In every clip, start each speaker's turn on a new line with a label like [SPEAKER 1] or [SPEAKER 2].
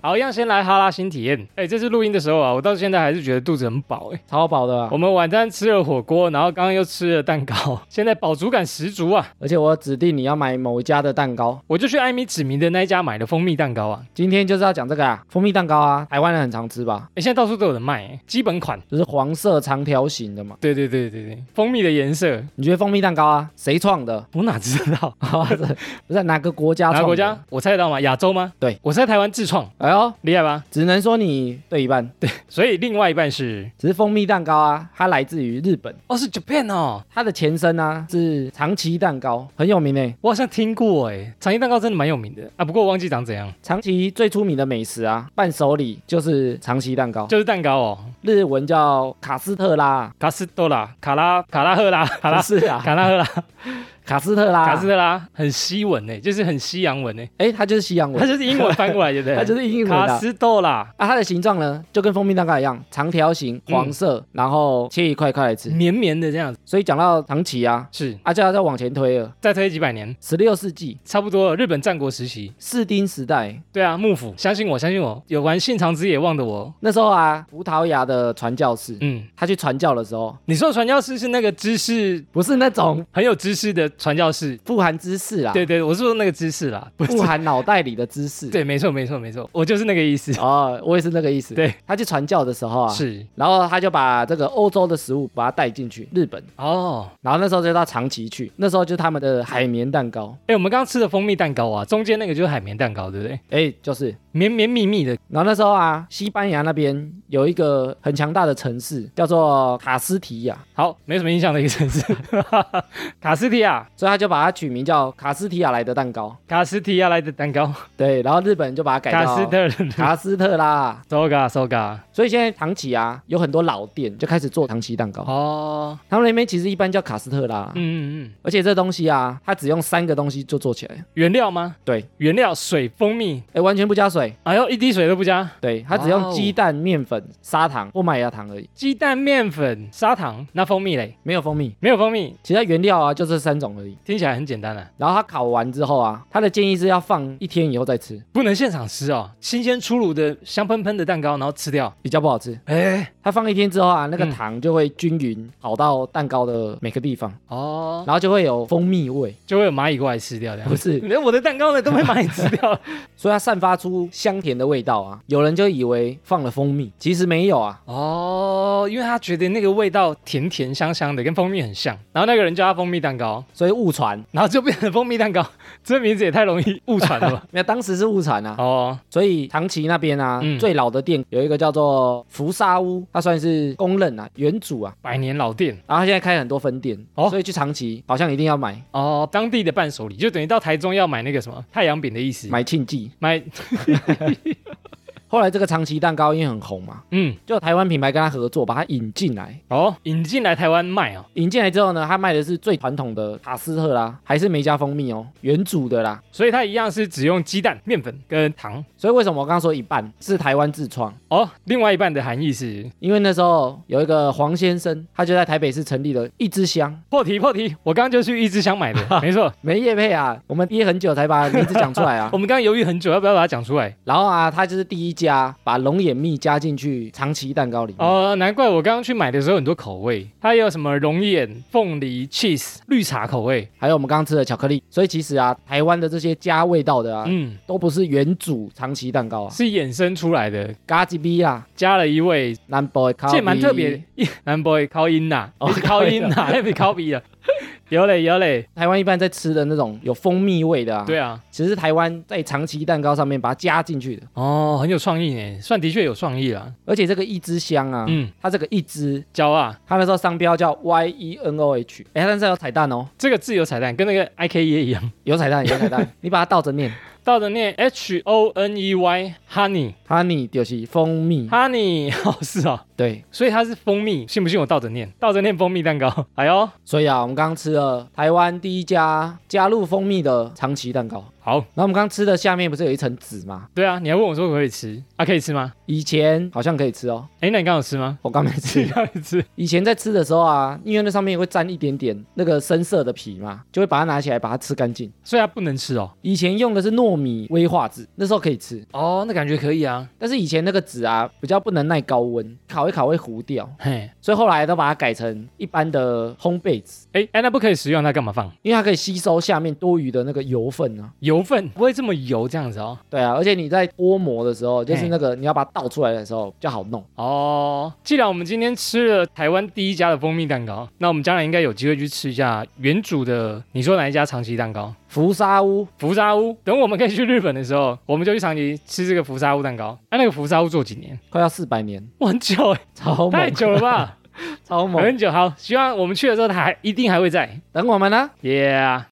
[SPEAKER 1] 好，一样先来哈拉新体验。哎、这次录音的时候啊，我到现在还是觉得肚子很饱哎、
[SPEAKER 2] 超饱的、啊
[SPEAKER 1] 我，们晚餐吃了火锅，然后刚刚又吃了蛋糕， 现在饱足感十足啊！
[SPEAKER 2] 而且我指定你要买某一家的蛋糕。
[SPEAKER 1] 我就去艾米指明的那一家买的蜂蜜蛋糕啊，
[SPEAKER 2] 今天就是要讲这个啊，蜂蜜蛋糕啊，台湾人很常吃吧，
[SPEAKER 1] 哎、现在到处都有人卖、哎基本款。
[SPEAKER 2] 就是黄色长条形的嘛。
[SPEAKER 1] 对对对对对，蜂蜜的颜色
[SPEAKER 2] 你觉得蜂蜜蛋糕啊，谁创的？
[SPEAKER 1] 我哪知道？
[SPEAKER 2] 不是哪个国家
[SPEAKER 1] 哪
[SPEAKER 2] 创？
[SPEAKER 1] 个国家？？我猜得到吗？亚洲吗？
[SPEAKER 2] 对，
[SPEAKER 1] 我在台湾自创，
[SPEAKER 2] 哎呦，
[SPEAKER 1] 厉害吧？
[SPEAKER 2] 只能说你对一半。
[SPEAKER 1] 所以另外一半是
[SPEAKER 2] 只是蜂蜜蛋糕啊，它来自于日本，
[SPEAKER 1] 哦，是 Japan 哦，
[SPEAKER 2] 它的前身啊是长崎蛋糕，很有名欸诶、
[SPEAKER 1] 我好像听过哎，长崎蛋糕真的蛮有名的啊，不过我忘记长怎样，
[SPEAKER 2] 长崎最出名的美食啊，伴手礼就是长崎蛋糕，
[SPEAKER 1] 就是蛋糕哦，
[SPEAKER 2] 日文叫卡斯特拉，
[SPEAKER 1] 卡斯多拉、卡拉、卡拉赫拉、卡拉
[SPEAKER 2] 不。是啊，
[SPEAKER 1] 卡拉赫拉、
[SPEAKER 2] 卡斯特拉，
[SPEAKER 1] 卡斯特拉很西文哎，就是很西洋文哎，
[SPEAKER 2] 哎，它就是西洋
[SPEAKER 1] 它
[SPEAKER 2] 文，
[SPEAKER 1] 就是英文翻过来，对不对？
[SPEAKER 2] 它就是英文
[SPEAKER 1] 卡
[SPEAKER 2] 的。
[SPEAKER 1] 斯多拉，
[SPEAKER 2] 啊，它的形状呢，就跟蜂蜜蛋糕一样，长条形，
[SPEAKER 1] 嗯
[SPEAKER 2] 黄色，然后切一块一块来吃。
[SPEAKER 1] 绵绵的这样子，
[SPEAKER 2] 所以讲到长崎啊，
[SPEAKER 1] 是
[SPEAKER 2] 啊，就要再往前推了，
[SPEAKER 1] 再推几百年，
[SPEAKER 2] 十六世纪
[SPEAKER 1] 差不多了日本战国时期。
[SPEAKER 2] 室町时代，
[SPEAKER 1] 对啊，幕府，相信我，相信我，有玩《信长之野望》的我，
[SPEAKER 2] 那时候啊，葡萄牙的传教士，
[SPEAKER 1] 嗯，
[SPEAKER 2] 他去传教的时候，
[SPEAKER 1] 你说的传教士是那个知识
[SPEAKER 2] 不是那种
[SPEAKER 1] 很有知识的传教士，
[SPEAKER 2] 富含知识啦，
[SPEAKER 1] 对对，我是说那个知识啦，不是
[SPEAKER 2] 富含脑袋里的知识。
[SPEAKER 1] 对，没错，没错，没错，我就是那个意思。
[SPEAKER 2] 哦，我也是那个意思。
[SPEAKER 1] 对，
[SPEAKER 2] 他去传教的时候啊，
[SPEAKER 1] 是
[SPEAKER 2] 然后他就把这个欧洲的食物把它带进去日本，
[SPEAKER 1] 哦，
[SPEAKER 2] 然后那时候就到长崎去，那时候就是他们的海绵蛋糕，
[SPEAKER 1] 哎，我们刚刚吃的蜂蜜蛋糕啊，中间那个就是海绵蛋糕，对不对？
[SPEAKER 2] 哎，就是。
[SPEAKER 1] 绵绵密密的，
[SPEAKER 2] 然后那时候啊，西班牙那边有一个很强大的城市，叫做卡斯提亚，
[SPEAKER 1] 好，没什么印象的一个城市， 卡斯提亚，
[SPEAKER 2] 所以他就把它取名叫卡斯提亚来的蛋糕。
[SPEAKER 1] 卡斯提亚来的蛋糕，
[SPEAKER 2] 对，然后日本就把它改
[SPEAKER 1] 卡
[SPEAKER 2] 叫
[SPEAKER 1] 斯特人
[SPEAKER 2] 卡斯特拉。
[SPEAKER 1] ，soga soga，
[SPEAKER 2] 所以现在长崎啊，有很多老店就开始做长崎蛋糕，
[SPEAKER 1] 哦，
[SPEAKER 2] 他们那边其实一般叫卡斯特拉，
[SPEAKER 1] 嗯嗯嗯，
[SPEAKER 2] 而且这东西啊，它只用三个东西就做起来，
[SPEAKER 1] 原料吗？
[SPEAKER 2] 对，
[SPEAKER 1] 原料水、蜂蜜，
[SPEAKER 2] 哎，完全不加水，
[SPEAKER 1] 哎呦，一滴水都不加，
[SPEAKER 2] 对，它只
[SPEAKER 1] 哇哦
[SPEAKER 2] 用鸡蛋、面粉、砂糖或麦芽糖而已，
[SPEAKER 1] 鸡蛋、面粉、砂糖，那蜂蜜嘞？
[SPEAKER 2] 没有蜂蜜。
[SPEAKER 1] 没有蜂蜜，
[SPEAKER 2] 其他原料啊，就这三种而已。
[SPEAKER 1] 听起来很简单啊，
[SPEAKER 2] 然后它烤完之后啊，它的建议是要放一天以后再吃，
[SPEAKER 1] 不能现场吃哦，新鲜出炉的香喷喷的蛋糕，然后吃掉，
[SPEAKER 2] 比较不好吃。
[SPEAKER 1] 哎，
[SPEAKER 2] 它放一天之后啊，那个
[SPEAKER 1] 嗯
[SPEAKER 2] 糖就会均匀跑到蛋糕的每个地方，
[SPEAKER 1] 哦，
[SPEAKER 2] 然后就会有蜂蜜味，
[SPEAKER 1] 就会有蚂蚁过来吃掉，这样
[SPEAKER 2] 不。是？
[SPEAKER 1] 连我的蛋糕呢都被蚂蚁吃掉了，
[SPEAKER 2] 所以它散发出香甜的味道啊。有人就以为放了蜂蜜，其实没有啊。
[SPEAKER 1] 哦，因为他觉得那个味道甜甜香香的，跟蜂蜜很像。然后那个人叫他蜂蜜蛋糕，
[SPEAKER 2] 所以误传，
[SPEAKER 1] 然后就变成蜂蜜蛋糕，这名字也太容易误传了吧
[SPEAKER 2] ？那当时是误传啊。
[SPEAKER 1] 哦，
[SPEAKER 2] 所以长崎那边啊，
[SPEAKER 1] 嗯
[SPEAKER 2] 最老的店有一个叫做福沙屋，它算是公认啊，原主啊。
[SPEAKER 1] 百年老店
[SPEAKER 2] 然后它现在开了很多分店，
[SPEAKER 1] 哦
[SPEAKER 2] 所以去长崎好像一定要买
[SPEAKER 1] 哦，当地的伴手礼就等于到台中要买那个什么太阳饼的意思，
[SPEAKER 2] 买庆记。
[SPEAKER 1] 买
[SPEAKER 2] 后来这个长崎蛋糕因为很红嘛，
[SPEAKER 1] 嗯
[SPEAKER 2] 就台湾品牌跟他合作，把它引进来。
[SPEAKER 1] 哦，引进来台湾卖哦，
[SPEAKER 2] 引进来之后呢，它卖的是最传统的卡斯特啦，还是没加蜂蜜哦，原主的啦。
[SPEAKER 1] 所以它一样是只用鸡蛋、面粉跟糖
[SPEAKER 2] 所以为什么我刚刚说一半是台湾自创？
[SPEAKER 1] 哦。另外一半的含义是
[SPEAKER 2] 因为那时候有一个黄先生，他就在台北市成立了一支香。
[SPEAKER 1] 破题破题，我刚刚就去一直想买的，没错，
[SPEAKER 2] 没叶配啊，我们憋很久才把名字讲 出来啊
[SPEAKER 1] 我。们刚刚犹豫很久要不要把它讲出来。
[SPEAKER 2] 然后啊，他就是第一家把龙眼蜜加进去长崎蛋糕里面。
[SPEAKER 1] 哦，难怪我刚刚去买的时候很多口味，它有什么龙眼、凤梨、cheese、绿茶口味，
[SPEAKER 2] 还有我们刚刚吃的巧克力。所以其实啊，台湾的这些加味道的啊，
[SPEAKER 1] 嗯，
[SPEAKER 2] 都不是原主长崎蛋糕啊，
[SPEAKER 1] 是衍生出来的，
[SPEAKER 2] 嘎吉比啊，
[SPEAKER 1] 加了一味，
[SPEAKER 2] 南博咖
[SPEAKER 1] 这也蛮特别。南 boy 靠音呐，
[SPEAKER 2] 哦
[SPEAKER 1] 你是靠音呐，那比靠比 了。有嘞有嘞，
[SPEAKER 2] 台湾一般在吃的那种有蜂蜜味的啊，，
[SPEAKER 1] 对啊，
[SPEAKER 2] 其实是台湾在长崎蛋糕上面把它加进去的。
[SPEAKER 1] 哦，很有创意呢，算的确有创意啦。
[SPEAKER 2] 而且这个一支香啊，
[SPEAKER 1] 嗯，
[SPEAKER 2] 它这个一支，
[SPEAKER 1] 骄傲，
[SPEAKER 2] 它那时候商标叫 Y E N O H，哎，但是有彩蛋哦，
[SPEAKER 1] 这个字有彩蛋，跟那个 I K E 一样，
[SPEAKER 2] 有彩 蛋，有彩蛋，你把它倒着念
[SPEAKER 1] 倒着念 H O N E Y honey
[SPEAKER 2] ，Honey 就是蜂蜜，
[SPEAKER 1] honey，哦是哦，
[SPEAKER 2] 对，
[SPEAKER 1] 所以它是蜂蜜，信不信我倒着念？倒着念蜂蜜蛋糕。哎呦，
[SPEAKER 2] 所以啊，我们刚刚吃了台湾第一家加入蜂蜜的长崎蛋糕。
[SPEAKER 1] 好，
[SPEAKER 2] 然后我们刚刚吃的下面不是有一层纸吗？
[SPEAKER 1] 对啊，你还问我说可不可以吃啊？可以吃吗？
[SPEAKER 2] 以前好像可以吃哦，
[SPEAKER 1] 哎，那你刚好吃 吗？
[SPEAKER 2] 我刚没吃。
[SPEAKER 1] 刚好吃。
[SPEAKER 2] 以前在吃的时候啊，因为那上面会沾一点点那个深色的皮嘛，就会把它拿起来把它吃干净。
[SPEAKER 1] 所以它不能吃哦。
[SPEAKER 2] 以前用的是糯米威化纸，那时候可以吃，
[SPEAKER 1] 哦，那感觉可以啊。
[SPEAKER 2] 但是以前那个纸啊比较不能耐高温，烤一烤会糊掉，
[SPEAKER 1] 嘿，
[SPEAKER 2] 所以后来都把它改成一般的烘焙纸，
[SPEAKER 1] 哎哎，那不可以食用，那干嘛放？
[SPEAKER 2] 因为它可以吸收下面多余的那个油分啊。
[SPEAKER 1] 油分不会这么油这样子哦。
[SPEAKER 2] 对啊，而且你在脱模的时候，就是
[SPEAKER 1] 嘿
[SPEAKER 2] 那个你要把它倒出来的时候比较好弄。
[SPEAKER 1] 哦，既然我们今天吃了台湾第一家的蜂蜜蛋糕，那我们将来应该有机会去吃一下原主的，你说哪一家长崎蛋糕？
[SPEAKER 2] 福沙屋
[SPEAKER 1] 福沙屋。等我们可以去日本的时候，我们就去长崎吃这个福沙屋蛋糕。啊那、那个福沙屋做几年？
[SPEAKER 2] 快要四百年，
[SPEAKER 1] 哇，很久哎，
[SPEAKER 2] 超
[SPEAKER 1] 太
[SPEAKER 2] 猛，
[SPEAKER 1] 久了吧？
[SPEAKER 2] 超猛。
[SPEAKER 1] 很久。 好，希望我们去的时候它还一定还会在。
[SPEAKER 2] 等我们啊呢，
[SPEAKER 1] Yeah。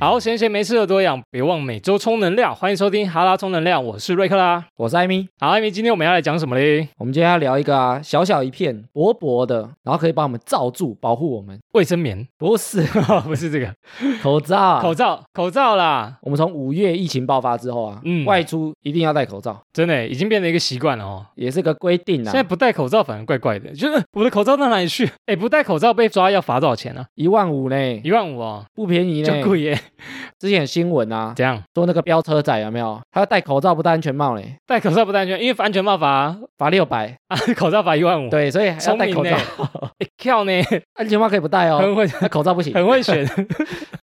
[SPEAKER 1] 好，闲闲没事的多养，别忘每周充能量。欢迎收听哈拉充能量，我是瑞克啦。
[SPEAKER 2] 我是艾米。
[SPEAKER 1] 好，艾米，今天我们要来讲什么嘞？
[SPEAKER 2] 我们今天要聊一个啊，小小一片薄薄的，然后可以把我们罩住、保护我们。
[SPEAKER 1] 卫生棉
[SPEAKER 2] 不是
[SPEAKER 1] 不是这个，
[SPEAKER 2] 口罩啊，
[SPEAKER 1] 口罩，口罩啦，
[SPEAKER 2] 我们从五月疫情爆发之后啊，
[SPEAKER 1] 嗯
[SPEAKER 2] 外出一定要戴口罩，
[SPEAKER 1] 真的已经变成一个习惯了哦。
[SPEAKER 2] 也是个规定
[SPEAKER 1] 现在
[SPEAKER 2] 啊。
[SPEAKER 1] 不戴口罩反而怪怪的，就是呃我的口罩到哪里去？ 哎，不戴口罩被抓要罚多少钱啊？
[SPEAKER 2] 一万五呢，
[SPEAKER 1] 一万五哦，
[SPEAKER 2] 不便宜
[SPEAKER 1] 就
[SPEAKER 2] 呢。
[SPEAKER 1] 贵耶。
[SPEAKER 2] 之前有新闻啊，
[SPEAKER 1] 怎样？
[SPEAKER 2] 说那个飙车仔有没有？他要戴口罩不戴安全帽嘞，
[SPEAKER 1] 戴口罩不戴安全，因为安全帽罚
[SPEAKER 2] 罚六百。
[SPEAKER 1] 啊，口罩罚一万五，
[SPEAKER 2] 对，所以还要戴口罩，
[SPEAKER 1] 诶跳呢，
[SPEAKER 2] 安全帽可以不戴 哦，
[SPEAKER 1] 很会
[SPEAKER 2] 那口罩不行。
[SPEAKER 1] 很会选。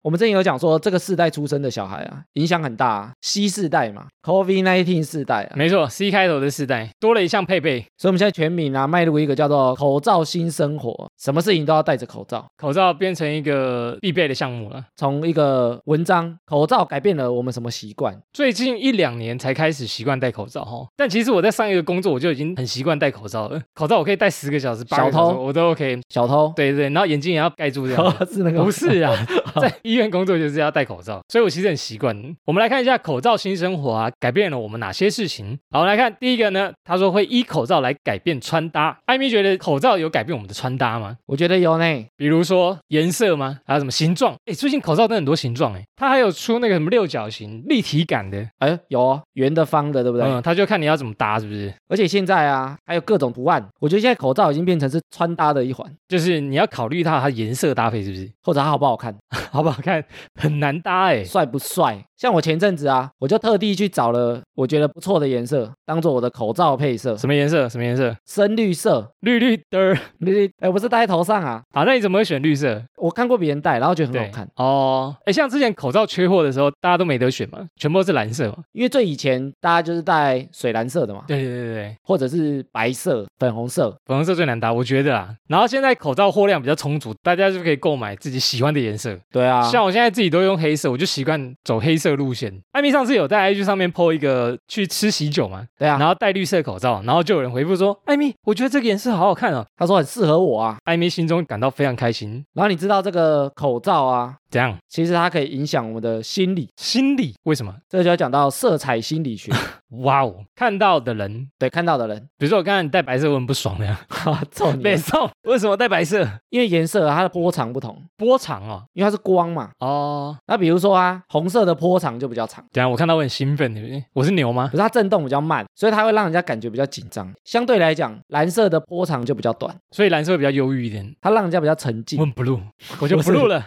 [SPEAKER 2] 我们之前有讲说，这个世代出生的小孩啊，影响很大、啊。C 世代嘛，COVID 1 9世代啊，
[SPEAKER 1] 没错，C 开头的世代多了一项配备，
[SPEAKER 2] 所以我们现在全民啊，迈入一个叫做口罩新生活，什么事情都要戴着口罩。
[SPEAKER 1] 口罩变成一个必备的项目了。
[SPEAKER 2] 从一个文章，口罩改变了我们什么习惯？
[SPEAKER 1] 最近一两年才开始习惯戴口罩哦，但其实我在上一个工作我就已经很习惯戴口罩了，口罩我可以戴十个小时、八
[SPEAKER 2] 小
[SPEAKER 1] 个
[SPEAKER 2] 偷
[SPEAKER 1] 小时我都 OK。
[SPEAKER 2] 小偷，
[SPEAKER 1] 对对，然后眼睛也要盖住这样。
[SPEAKER 2] 是那个
[SPEAKER 1] 不是啊，在医院工作就是要戴口罩，所以我其实很习惯。我们来看一下口罩新生活啊，改变了我们哪些事情。好，我们来看第一个呢，他说会依口罩来改变穿搭。艾米觉得口罩有改变我们的穿搭吗？
[SPEAKER 2] 我觉得有呢。
[SPEAKER 1] 比如说颜色吗？还有什么形状？哎，最近口罩真的很多形状哎，它还有出那个什么六角形、立体感的，
[SPEAKER 2] 哎，有哦，圆的、方的，对不对？
[SPEAKER 1] 嗯，它就看你要怎么搭，是不是？
[SPEAKER 2] 而且现在啊，还有各种图案。我觉得现在口罩已经变成是穿搭的一环，
[SPEAKER 1] 就是你要考虑到它颜色搭配是不 是
[SPEAKER 2] 或者它好不好看，
[SPEAKER 1] 好不好看，很难搭哎。
[SPEAKER 2] 帅不帅。像我前阵子啊，我就特地去找了我觉得不错的颜色，当做我的口罩配色，
[SPEAKER 1] 什么颜色？什么颜色？
[SPEAKER 2] 深绿色。
[SPEAKER 1] 绿绿的儿。
[SPEAKER 2] 绿，
[SPEAKER 1] 嗯
[SPEAKER 2] 哎，不是戴在头上啊，
[SPEAKER 1] 好，那你怎么会选绿色？
[SPEAKER 2] 我看过别人戴，然后觉得很
[SPEAKER 1] 对
[SPEAKER 2] 好看。
[SPEAKER 1] 哦。哎，像之前口罩缺货的时候，大家都没得选嘛，全部都是蓝色嘛。
[SPEAKER 2] 因为最以前大家就是戴水蓝色的嘛，
[SPEAKER 1] 对对对对，
[SPEAKER 2] 或者是白色、粉红色，
[SPEAKER 1] 粉红色最难搭，我觉得啊。然后现在口罩货量比较充足，大家就可以购买自己喜欢的颜色。
[SPEAKER 2] 对啊，
[SPEAKER 1] 像我现在自己都用黑色，我就习惯走黑色路线。艾米上次有在 IG 上面 po 一个去吃喜酒嘛，
[SPEAKER 2] 对啊。
[SPEAKER 1] 然后戴绿色口罩，然后就有人回复说：“艾米，我觉得这个颜色好好看哦。
[SPEAKER 2] 他说很适合我啊”。
[SPEAKER 1] 艾米心中感到非常开心。
[SPEAKER 2] 然后你知道这个口罩啊，
[SPEAKER 1] 怎样？
[SPEAKER 2] 其实它可以影响我们的心理，
[SPEAKER 1] 心理为什么？
[SPEAKER 2] 这就要讲到色彩心 理学。
[SPEAKER 1] 哇哦！看到的人，
[SPEAKER 2] 对，看到的 人，
[SPEAKER 1] 比如说我刚才你戴白色，我很不爽的呀。
[SPEAKER 2] 哈，揍你
[SPEAKER 1] 没
[SPEAKER 2] 啊！
[SPEAKER 1] 错，为什么戴白色？
[SPEAKER 2] 因为颜色啊它的波长不同，
[SPEAKER 1] 波长哦。
[SPEAKER 2] 因为它是光嘛。
[SPEAKER 1] 哦，
[SPEAKER 2] 那比如说啊，红色的波长就比较长，
[SPEAKER 1] 等一下我看到我很兴奋，对不对？我是牛吗
[SPEAKER 2] 可？是它震动比较慢，所以它会让人家感觉比较紧张。相对来讲，蓝色的波长就比较短，
[SPEAKER 1] 所以蓝色会比较忧郁一点。
[SPEAKER 2] 它让人家比较沉静
[SPEAKER 1] 我。很 blue，我就
[SPEAKER 2] 不是
[SPEAKER 1] blue 了。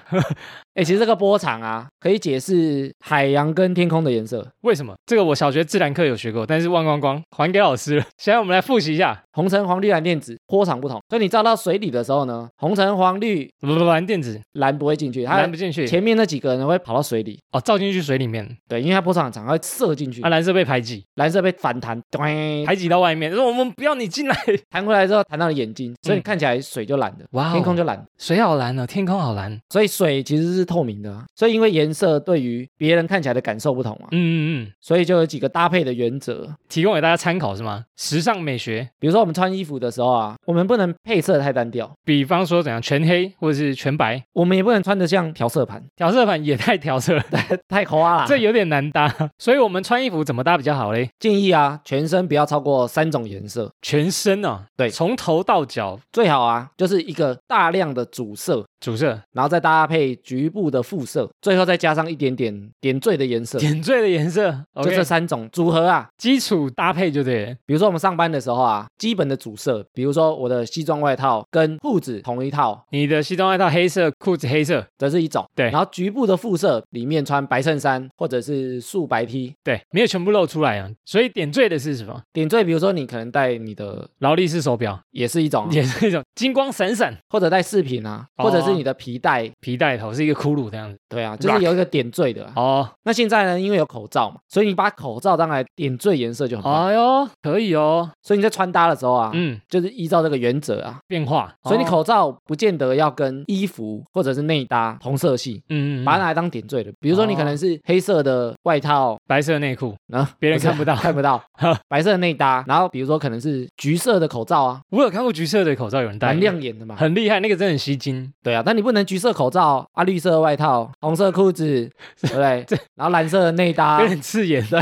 [SPEAKER 2] 哎、其实这个波长啊，可以解释海洋跟天空的颜色。
[SPEAKER 1] 为什么？这个我小学自然课有学过，但是忘光光，还给老师了。 现在我们来复习一下，
[SPEAKER 2] 红橙黄绿蓝靛紫波长不同，所以你照到水里的时候呢，红橙黄绿
[SPEAKER 1] 蓝电子
[SPEAKER 2] 蓝不会进去，它
[SPEAKER 1] 蓝不进去，
[SPEAKER 2] 前面那几个人会跑到水里，
[SPEAKER 1] 哦，照进去水里面，
[SPEAKER 2] 对，因为它波长很长，它会射进去
[SPEAKER 1] 啊，，蓝色被排挤，
[SPEAKER 2] 蓝色被反弹，对，
[SPEAKER 1] 排挤到外面，说我们不要你进来。
[SPEAKER 2] 弹回来之后弹到你眼睛，所以你看起来水就蓝的，
[SPEAKER 1] 嗯哇哦
[SPEAKER 2] 天空就蓝。
[SPEAKER 1] 水好蓝哦，天空好蓝，
[SPEAKER 2] 所以水其实是是透明的啊、所以因为颜色对于别人看起来的感受不同嘛，
[SPEAKER 1] 嗯嗯嗯，
[SPEAKER 2] 所以就有几个搭配的原则。
[SPEAKER 1] 提供给大家参考是吗？时尚美学，
[SPEAKER 2] 比如说我们穿衣服的时候啊，我们不能配色太单调，
[SPEAKER 1] 比方说怎样全黑或者是全白，
[SPEAKER 2] 我们也不能穿的像调色盘，
[SPEAKER 1] 调色盘也太调色了，
[SPEAKER 2] 太抠啊啦。
[SPEAKER 1] 这有点难搭，所以我们穿衣服怎么搭比较好嘞？
[SPEAKER 2] 建议啊，全身不要超过三种颜色，
[SPEAKER 1] 全身哦，
[SPEAKER 2] 对
[SPEAKER 1] 从头到脚
[SPEAKER 2] 最好啊就是一个大量的主色，
[SPEAKER 1] 主色，
[SPEAKER 2] 然后再搭配局部的副色，最后再加上一点点点缀的颜色，就
[SPEAKER 1] 点缀的颜色，OK，
[SPEAKER 2] 这三种组合啊。
[SPEAKER 1] 基础搭配就对了。
[SPEAKER 2] 比如说我们上班的时候啊，基本的主色，比如说我的西装外套跟裤子同一套，
[SPEAKER 1] 你的西装外套黑色，裤子黑色，
[SPEAKER 2] 这是一种。
[SPEAKER 1] 对
[SPEAKER 2] 然后局部的副色里面穿白衬衫或者是素白 T，
[SPEAKER 1] 对，没有全部露出来啊。所以点缀的是什么？
[SPEAKER 2] 点缀比如说你可能戴你的
[SPEAKER 1] 劳力士手表
[SPEAKER 2] 也是一种啊，
[SPEAKER 1] 也是一种金光闪闪，
[SPEAKER 2] 或者戴饰品啊，
[SPEAKER 1] 哦
[SPEAKER 2] 或者是你的皮带，
[SPEAKER 1] 皮带头是一个骷髅这样子。
[SPEAKER 2] 对啊，就是有一个点缀的啊。
[SPEAKER 1] 哦，
[SPEAKER 2] 那现在呢，因为有口罩嘛，所以你把口罩当来点缀颜色就很棒。
[SPEAKER 1] 哎呦，可以哦，
[SPEAKER 2] 所以你在穿搭的时候啊，
[SPEAKER 1] 嗯，
[SPEAKER 2] 就是依照这个原则啊。
[SPEAKER 1] 变化。
[SPEAKER 2] 所以你
[SPEAKER 1] 哦，
[SPEAKER 2] 口罩不见得要跟衣服或者是内搭同色系，
[SPEAKER 1] 嗯，嗯嗯
[SPEAKER 2] 把它拿来当点缀的。比如说你可能是黑色的外套，
[SPEAKER 1] 白色内裤，
[SPEAKER 2] 然后
[SPEAKER 1] 别人
[SPEAKER 2] 是啊
[SPEAKER 1] 看不到
[SPEAKER 2] 看 不到白色的内搭，然后比如说可能是橘色的口罩啊，
[SPEAKER 1] 我有看过橘色的口罩，有人戴，
[SPEAKER 2] 蛮亮 眼的嘛。
[SPEAKER 1] 很厉害，那个真的很吸睛。
[SPEAKER 2] 对啊，但你不能橘色口罩啊，绿色的外套，红色 裤子，对不对？然后蓝色的内搭
[SPEAKER 1] 有，点刺眼，
[SPEAKER 2] 对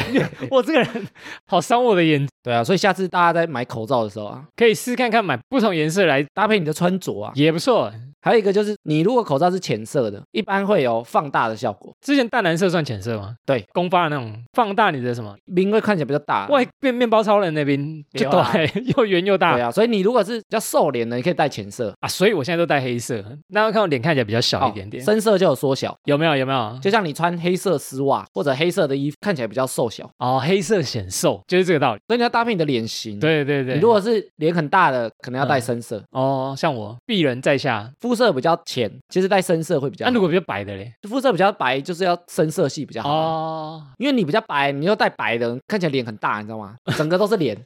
[SPEAKER 1] 我这个人 好伤我的眼，
[SPEAKER 2] 对啊，所以下次大家在买口罩的时候啊，
[SPEAKER 1] 可以试看看买不同颜色来
[SPEAKER 2] 搭配你的穿 着啊，
[SPEAKER 1] 也不错。
[SPEAKER 2] 还有一个就是你如果口罩是浅色的，一般会有放大的效果，
[SPEAKER 1] 之前淡蓝色算浅色吗？
[SPEAKER 2] 对，
[SPEAKER 1] 公发的那种放大你的什么
[SPEAKER 2] 因为看起来比较大。
[SPEAKER 1] 外变面包超人那边啊就
[SPEAKER 2] 对啊
[SPEAKER 1] 对， 又圆又大
[SPEAKER 2] 对啊，所以你如果是比较瘦脸的，你可以戴浅色，
[SPEAKER 1] 啊，所以我现在都戴黑色，那看我脸看起来比较小一点点
[SPEAKER 2] 哦，深色就有缩小。
[SPEAKER 1] 有没有？有没有？
[SPEAKER 2] 就像你穿黑色丝袜或者黑色的衣服，看起来比较瘦小，
[SPEAKER 1] 哦，黑色显瘦，就是这个道理。
[SPEAKER 2] 所以你要搭配你的脸型。，
[SPEAKER 1] 对对对，
[SPEAKER 2] 你如果是脸很大的，可能要戴
[SPEAKER 1] 嗯
[SPEAKER 2] 深色；
[SPEAKER 1] 哦，像我鄙人在下，啊
[SPEAKER 2] 肤色比较浅，其实戴深色会比较
[SPEAKER 1] 那
[SPEAKER 2] 好。
[SPEAKER 1] 如果比较白的嘞？
[SPEAKER 2] 肤色比较白，就是要深色系比较好。
[SPEAKER 1] 哦，
[SPEAKER 2] 因为你比较白，你又戴白的，看起来脸很大，你知道吗？整个都是脸。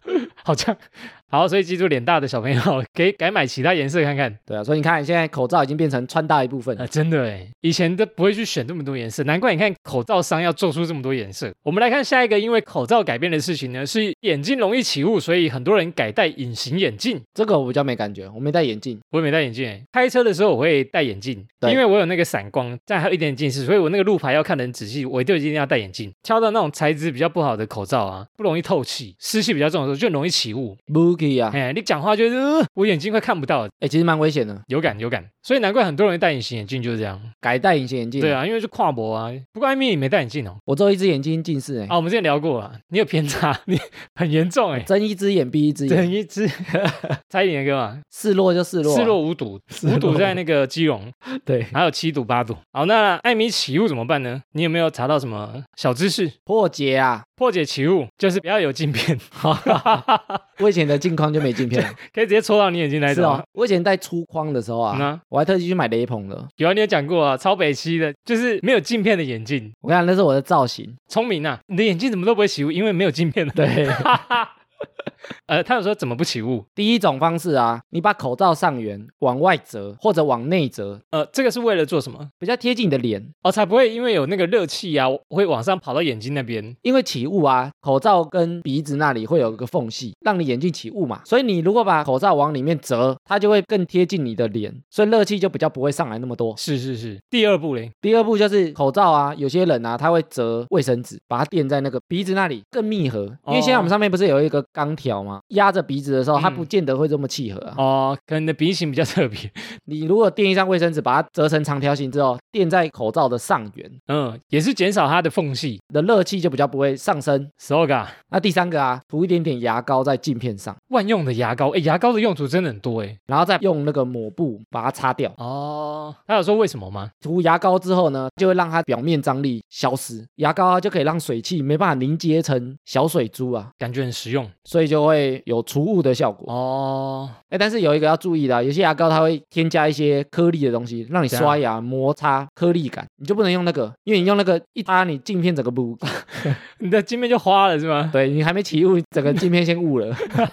[SPEAKER 1] 好像 好，所以记住脸大的小朋友 可以改买其他颜色看看。
[SPEAKER 2] 对啊，所以你看，现在口罩已经变成穿搭一部分了
[SPEAKER 1] 啊，。真的哎，以前都不会去选这么多颜色，难怪你看口罩商要做出这么多颜色。我们来看下一个，因为口罩改变的事情呢，是眼镜容易起雾，所以很多人改戴隐形眼镜。
[SPEAKER 2] 这个我比较没感觉，我没戴眼镜。
[SPEAKER 1] 我也没戴眼镜欸，开车的时候我会戴眼镜，
[SPEAKER 2] 对
[SPEAKER 1] 因为我有那个散光，但还有一点点近视，所以我那个路牌要看得很仔细，我就一定要戴眼镜。挑到那种材质比较不好的口罩啊，不容易透气，湿气比较重的时候就容易起雾。
[SPEAKER 2] Mookie 啊，哎、欸
[SPEAKER 1] 哎，你讲话就是、呃我眼睛快看不到，
[SPEAKER 2] 其实蛮危险的，
[SPEAKER 1] 有感有感。所以难怪很多人戴隐形眼镜就是这样。
[SPEAKER 2] 改戴隐形眼镜。
[SPEAKER 1] 对，啊，因为是跨博啊。不过艾米你没戴眼镜哦。
[SPEAKER 2] 我只有一只眼睛近视哎、
[SPEAKER 1] 啊，我们之前聊过啊，你有偏差，你很严重哎、欸。
[SPEAKER 2] 睁一只眼闭一只
[SPEAKER 1] 等
[SPEAKER 2] 眼，
[SPEAKER 1] 一只 蔡依林的歌嘛，
[SPEAKER 2] 示弱就示弱、
[SPEAKER 1] 四落五赌，五赌在那个基隆，
[SPEAKER 2] 对，
[SPEAKER 1] 还有七赌八赌。好，那艾米起雾怎么办呢？你有没有查到什么小知识？
[SPEAKER 2] 破解啊！
[SPEAKER 1] 破解起雾就是不要有镜片，
[SPEAKER 2] 我以前的镜框就没镜片了，
[SPEAKER 1] 可以直接戳到你眼睛来
[SPEAKER 2] 是
[SPEAKER 1] 的
[SPEAKER 2] 哦。。我以前戴粗框的时候啊，
[SPEAKER 1] 嗯啊
[SPEAKER 2] 我还特地去买雷朋的。
[SPEAKER 1] 有啊，你有讲过啊，超北七的，就是没有镜片的眼镜，
[SPEAKER 2] 我看那是我的造型，
[SPEAKER 1] 聪明啊，你的眼镜怎么都不会起雾，因为没有镜片的。
[SPEAKER 2] 对，
[SPEAKER 1] 呃，他有说怎么不起雾？
[SPEAKER 2] 第一种方式啊，你把口罩上缘往外折或者往内折，
[SPEAKER 1] 呃，这个是为了做什么？
[SPEAKER 2] 比较贴近你的脸。
[SPEAKER 1] 哦，才不会因为有那个热气啊，会往上跑到眼睛那边。
[SPEAKER 2] 因为起雾啊，口罩跟鼻子那里会有一个缝隙，让你眼睛起雾嘛。所以你如果把口罩往里面折，它就会更贴近你的脸，所以热气就比较不会上来那么多。
[SPEAKER 1] 是是是，第二步嘞，
[SPEAKER 2] 第二步就是口罩啊，有些人啊，他会折卫生纸，把它垫在那个鼻子那里，更密合。因为现在我们上面不是有一个钢条吗？压着鼻子的时候，它
[SPEAKER 1] 哦嗯
[SPEAKER 2] 不见得会这么契合啊。
[SPEAKER 1] 哦，可能你的鼻型比较特别，
[SPEAKER 2] 你如果垫一张卫生纸，把它折成长条形之后，垫在口罩的上缘，你
[SPEAKER 1] 嗯，也是减少它的缝隙。
[SPEAKER 2] 的热气就比较不会上升。
[SPEAKER 1] Soga
[SPEAKER 2] 那第三个啊，涂一点点牙膏在镜片上。
[SPEAKER 1] 万用的牙膏，哎，牙膏的用途真的很多哎。
[SPEAKER 2] 然后再用那个抹布把它擦掉。
[SPEAKER 1] 哦，他有说为什么吗？
[SPEAKER 2] 涂牙膏之后呢，就会让它表面张力消失，牙膏啊就可以让水汽没办法凝结成小水珠啊。
[SPEAKER 1] 感觉很实用，
[SPEAKER 2] 所以就会有除雾的效果。
[SPEAKER 1] 哦，
[SPEAKER 2] 哎、但是有一个要注意的啊、有些牙膏它会添加一些颗粒的东西，让你
[SPEAKER 1] 怎样
[SPEAKER 2] 刷牙摩擦颗粒感，你就不能用那个，因为你用那个一擦，你镜片整个不，
[SPEAKER 1] 你的镜片就花了是吗？
[SPEAKER 2] 对你还没起雾，整个镜片先雾了。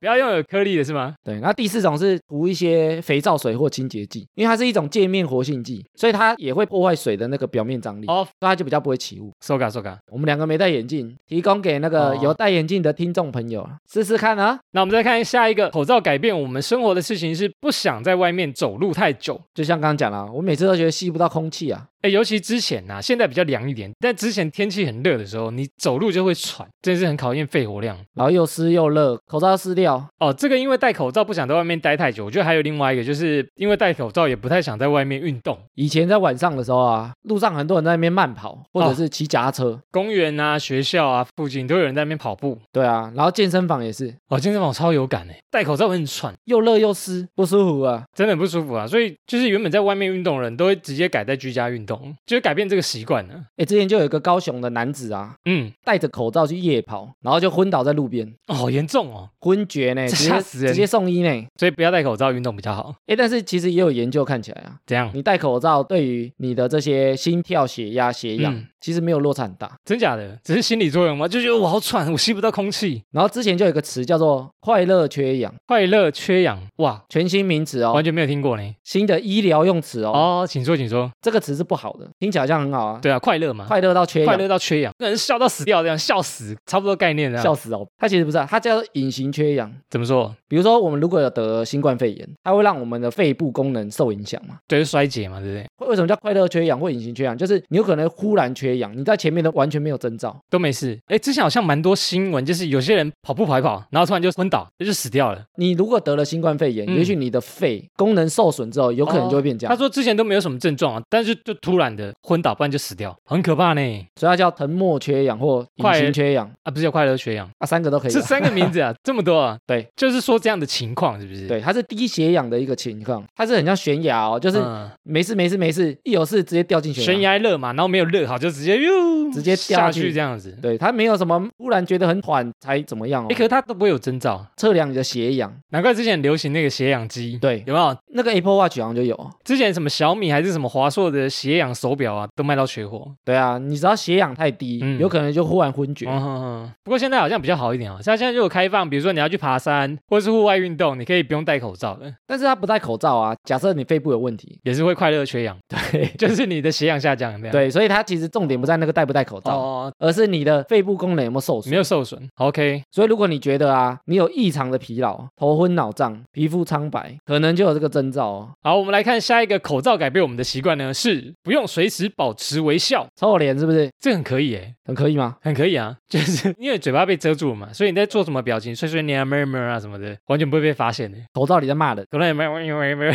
[SPEAKER 1] 不要用有颗粒的是吗？
[SPEAKER 2] 对，然后第四种是涂一些肥皂水或清洁剂，因为它是一种界面活性剂，所以它也会破坏水的那个表面张力，
[SPEAKER 1] 哦
[SPEAKER 2] 所以它就比较不会起雾。
[SPEAKER 1] 手感手感。
[SPEAKER 2] 我们两个没戴眼镜，提供给那个
[SPEAKER 1] 哦
[SPEAKER 2] 有戴眼镜的听众朋友试试看啊。
[SPEAKER 1] 那我们再看下一个，口罩改变我们生活的事情是不想在外面走路太久。
[SPEAKER 2] 就像刚刚讲了，啊我每次都觉得吸不到空气啊，
[SPEAKER 1] 哎，尤其之前呐、啊，现在比较凉一点，但之前天气很热的时候，你走路就会喘，真的是很考验肺活量。
[SPEAKER 2] 然后又湿又热，口罩湿掉，
[SPEAKER 1] 哦，这个因为戴口罩不想在外面待太久，我觉得还有另外一个，就是因为戴口罩也不太想在外面运动，
[SPEAKER 2] 以前在晚上的时候啊，路上很多人在那边慢跑，或
[SPEAKER 1] 哦
[SPEAKER 2] 者是骑脚踏车，
[SPEAKER 1] 公园啊、学校啊附近都有人在那边跑步。
[SPEAKER 2] 对啊，然后健身房也是
[SPEAKER 1] 哦，健身房我超有感哎，戴口罩会很喘，
[SPEAKER 2] 又热又湿，不舒服啊。
[SPEAKER 1] 真的很不舒服啊。所以就是原本在外面运动的人都会直接改在居家运动，就是改变这个习惯了。
[SPEAKER 2] 哎，之前就有一个高雄的男子啊，
[SPEAKER 1] 嗯，
[SPEAKER 2] 戴着口罩去夜跑，然后就昏倒在路边，
[SPEAKER 1] 哦，好严重哦，
[SPEAKER 2] 昏厥 呢，
[SPEAKER 1] 这
[SPEAKER 2] 直
[SPEAKER 1] 吓
[SPEAKER 2] 接
[SPEAKER 1] 死人
[SPEAKER 2] 直接送医呢。
[SPEAKER 1] 所以不要戴口罩运动比较好。
[SPEAKER 2] 哎，但是其实也有研究看起来啊，
[SPEAKER 1] 怎样？
[SPEAKER 2] 你戴口罩对于你的这些心跳、血压、血氧，
[SPEAKER 1] 嗯
[SPEAKER 2] 其实没有落差很大。
[SPEAKER 1] 真假的？只是心理作用吗？就觉得我好喘，我吸不到空气。
[SPEAKER 2] 然后之前就有一个词叫做“快乐缺氧
[SPEAKER 1] 快乐缺氧，哇”，，
[SPEAKER 2] 全新名词哦
[SPEAKER 1] 完，全没有听过呢。
[SPEAKER 2] 新的医疗用词哦。
[SPEAKER 1] 哦，请说，请说。
[SPEAKER 2] 这个词是不好的，听起来好像很好啊，
[SPEAKER 1] 对啊，快乐嘛，
[SPEAKER 2] 快乐到缺
[SPEAKER 1] 快
[SPEAKER 2] 氧。
[SPEAKER 1] 乐到缺氧，那人笑到死掉这样，笑死，差不多概念啊。
[SPEAKER 2] 笑死哦！它其实不是、啊，它叫做隐形缺氧。
[SPEAKER 1] 怎么说？
[SPEAKER 2] 比如说，我们如果有得新冠肺炎，它会让我们的肺部功能受影响嘛？
[SPEAKER 1] 对，就衰竭嘛，对不对？
[SPEAKER 2] 为为什么叫快乐缺氧或隐形缺氧？就是你有可能忽然缺氧，你在前面都完全没有征兆，
[SPEAKER 1] 都没事。哎，之前好像蛮多新闻，就是有些人跑步跑一跑，然后突然就昏倒，就死掉了。
[SPEAKER 2] 你如果得了新冠肺炎，
[SPEAKER 1] 嗯哦
[SPEAKER 2] 也许你的肺功能受损之后，有可能就会变这样，
[SPEAKER 1] 他说之前都没有什么症状啊，但是就突然的昏倒，不然就死掉，很可怕呢。
[SPEAKER 2] 所以它叫藤末缺氧或隐
[SPEAKER 1] 快
[SPEAKER 2] 形缺氧
[SPEAKER 1] 啊，不是叫快乐缺氧，
[SPEAKER 2] 啊，三个都可以
[SPEAKER 1] 这
[SPEAKER 2] 啊。
[SPEAKER 1] 三个名字 啊，这么多啊，
[SPEAKER 2] 对，
[SPEAKER 1] 就是说这样的情况是不是？
[SPEAKER 2] 对，它是低血氧的一个情况，它是很像悬崖哦，就是
[SPEAKER 1] 嗯
[SPEAKER 2] 没事没事没事，一有事直接掉进
[SPEAKER 1] 悬崖勒马，然后没有勒好就直接哟，
[SPEAKER 2] 直接掉
[SPEAKER 1] 下
[SPEAKER 2] 下
[SPEAKER 1] 去
[SPEAKER 2] 去哦
[SPEAKER 1] 这样子。
[SPEAKER 2] 对，它没有什么忽然觉得很喘才怎么样哦
[SPEAKER 1] 哎，，可是他都不会有征兆，
[SPEAKER 2] 测量你的血氧，
[SPEAKER 1] 难怪之前流行那个血氧机，
[SPEAKER 2] 对，
[SPEAKER 1] 有没有？
[SPEAKER 2] 那个 Apple Watch 好像就有哦。
[SPEAKER 1] 之前什么小米还是什么华硕的血氧手表啊，都卖到缺货。
[SPEAKER 2] 对啊，你只要血氧太低，
[SPEAKER 1] 嗯
[SPEAKER 2] 有可能就忽然昏厥。
[SPEAKER 1] 嗯哼哼，不过现在好像比较好一点哦，像现在就有开放，比如说你要去爬山或是户外运动，你可以不用戴口罩的，
[SPEAKER 2] 但是他不戴口罩啊，假设你肺部有问题，
[SPEAKER 1] 也是会快乐缺氧，对， 就是你的血氧下降这样。
[SPEAKER 2] 对，所以他其实重点不在那个戴不戴口罩，
[SPEAKER 1] 啊哦，
[SPEAKER 2] 而是你的肺部功能有没有受损。
[SPEAKER 1] 没有受损，OK，
[SPEAKER 2] 所以如果你觉得啊，你有异常的疲劳、头昏脑胀、皮肤苍白，可能就有这个征兆哦。
[SPEAKER 1] 好，我们来看下一个口罩改变我们的习惯呢，是不用随时保持微笑，
[SPEAKER 2] 臭脸是不是
[SPEAKER 1] 这很可以诶，
[SPEAKER 2] 很可以吗？
[SPEAKER 1] 很可以啊， 就是因为嘴巴被遮住了嘛，所以你在做什么表情，碎碎念啊、murmur 啊什么的，完全不会被发现的。
[SPEAKER 2] 口罩里在骂人，
[SPEAKER 1] 可能也没有，因为没有。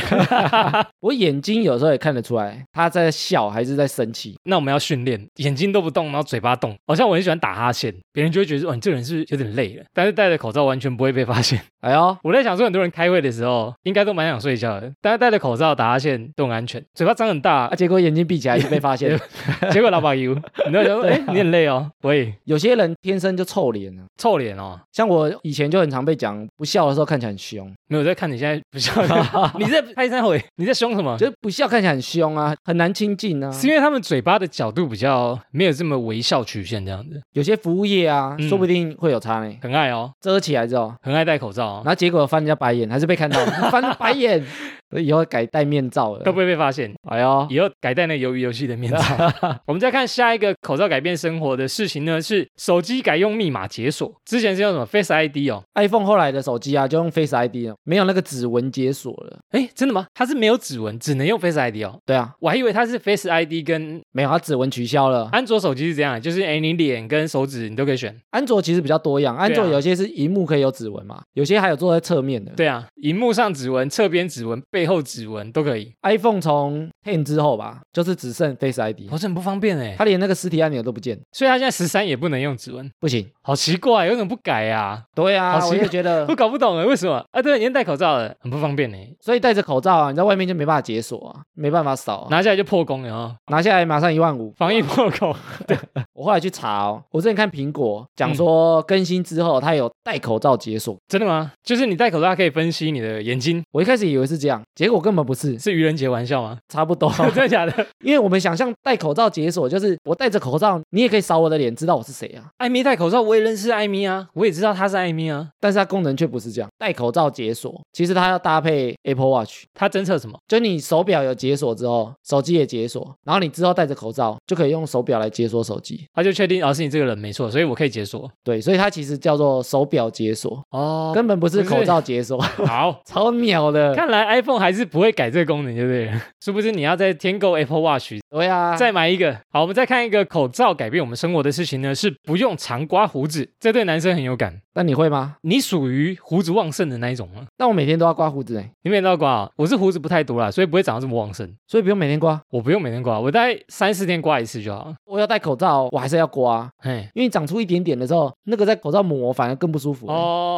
[SPEAKER 2] 我眼睛有时候也看得出来他在笑还是在生气。
[SPEAKER 1] 那我们要训练，眼睛都不动，然后嘴巴动。好像我很喜欢打哈欠，别人就会觉得说，哦，你这个人是不是有点累了？但是戴着口罩完全不会被发现。
[SPEAKER 2] 哎呦，
[SPEAKER 1] 我在想说，很多人开会的时候应该都蛮想睡觉的，但是戴着口罩打哈欠都很安全，嘴巴张很大
[SPEAKER 2] 啊，，结果眼睛闭起来就被发现 了。
[SPEAKER 1] 结果老板油，你就会想说，哎、你很累哦，喂，
[SPEAKER 2] 有些人天生就臭脸啊，
[SPEAKER 1] 臭脸哦。
[SPEAKER 2] 像我以前就很常被讲，不笑的时候看起来很凶。
[SPEAKER 1] 没有我在看你现在不笑，你在拍三回，你在凶什么？
[SPEAKER 2] 就是不笑看起来很凶啊，很难亲近啊。
[SPEAKER 1] 是因为他们嘴巴的角度比较没有这么微笑曲线这样子，
[SPEAKER 2] 有些服务业啊，
[SPEAKER 1] 嗯
[SPEAKER 2] 说不定会有差呢。
[SPEAKER 1] 很爱哦，
[SPEAKER 2] 遮起来之后，
[SPEAKER 1] 很爱戴口罩、哦
[SPEAKER 2] 然，后结果翻人家白眼，还是被看到，翻白眼，所以以后改戴面罩
[SPEAKER 1] 都
[SPEAKER 2] 了
[SPEAKER 1] 不。会被发现。
[SPEAKER 2] 哎呦，
[SPEAKER 1] 以后改戴那鱿鱼游戏的面罩。我们再看下一个口罩改变生活的事情呢，是手机改用密码解锁。之前是用什么 Face ID 哦？
[SPEAKER 2] iPhone 后来的手机啊，就用 Face ID 了，没有那个指纹解锁了。
[SPEAKER 1] 哎，真的吗？它是没有指纹，只能用 Face ID 哦。
[SPEAKER 2] 对啊，
[SPEAKER 1] 我还以为它是 Face ID 跟
[SPEAKER 2] 没有，它指纹取消了。
[SPEAKER 1] 安卓手机是这样，就是哎，你脸跟手指你都可以选。
[SPEAKER 2] 安卓其实比较多样，安卓
[SPEAKER 1] 对啊
[SPEAKER 2] 有些是荧幕可以有指纹嘛，有些还有坐在侧面的。
[SPEAKER 1] 对啊，荧幕上指纹、侧边指纹、背后指纹都可以。
[SPEAKER 2] iPhone 从 Ten 之后吧，就是只剩 Face ID，
[SPEAKER 1] 我这很不方便哎、
[SPEAKER 2] 它连那个实体按钮都不见，
[SPEAKER 1] 所以他现在十三也不能用指纹，
[SPEAKER 2] 不行。
[SPEAKER 1] 好奇怪，为什么不改呀、
[SPEAKER 2] 对啊，
[SPEAKER 1] 好
[SPEAKER 2] 我
[SPEAKER 1] 奇怪
[SPEAKER 2] 就觉得
[SPEAKER 1] 我，搞不懂哎，为什么啊？对，你现在戴口罩了，很不方便呢、
[SPEAKER 2] 所以戴着口罩啊，你在外面就没办法解锁啊，没办法扫、啊，
[SPEAKER 1] 拿下来就破功了哦，
[SPEAKER 2] 拿下来马上一万五。
[SPEAKER 1] 防疫破口。
[SPEAKER 2] 我后来去查哦，我之前看苹果讲
[SPEAKER 1] 嗯
[SPEAKER 2] 说更新之后，它有戴口罩解锁。
[SPEAKER 1] 真的吗？就是你戴口罩它可以分析你的眼睛，
[SPEAKER 2] 我一开始以为是这样，结果根本不是，
[SPEAKER 1] 是愚人节玩笑吗？
[SPEAKER 2] 差不多。
[SPEAKER 1] 真的假的？
[SPEAKER 2] 因为我们想象戴口罩解锁，就是我戴着口罩，你也可以扫我的脸，知道我是谁啊。
[SPEAKER 1] 艾米戴口罩，我也认识艾米啊，我也知道她是艾米啊。
[SPEAKER 2] 但是它功能却不是这样，戴口罩解锁，其实它要搭配 Apple Watch，
[SPEAKER 1] 她侦测什么？
[SPEAKER 2] 就你手表有解锁之后，手机也解锁，然后你之后戴着口罩就可以用手表来解锁手机。
[SPEAKER 1] 她就确定哦是你这个人没错，所以我可以解锁
[SPEAKER 2] 对，所以它其实叫做手表解锁，
[SPEAKER 1] 哦。
[SPEAKER 2] 根本不是
[SPEAKER 1] 不是
[SPEAKER 2] 口罩解锁，
[SPEAKER 1] 好，
[SPEAKER 2] 超秒的。
[SPEAKER 1] 看来 iPhone 还是不会改这个功能，对不对了？ 殊不知你要再添购 Apple Watch，
[SPEAKER 2] 对啊，
[SPEAKER 1] 再买一个。好，我们再看一个口罩改变我们生活的事情呢，是不用常刮胡子，这对男生很有感。
[SPEAKER 2] 那你会吗？
[SPEAKER 1] 你属于胡子旺盛的那一种吗？
[SPEAKER 2] 但我每天都要刮胡子哎，
[SPEAKER 1] 你每天都要刮啊？我是胡子不太多啦，所以不会长得这么旺盛。
[SPEAKER 2] 所以不用每天刮。
[SPEAKER 1] 我不用每天刮，我大概三四天刮一次就好了。
[SPEAKER 2] 我要戴口罩，我还是要刮，
[SPEAKER 1] 嘿，
[SPEAKER 2] 因为长出一点点的时候，那个在口罩抹反而更不舒服。哦，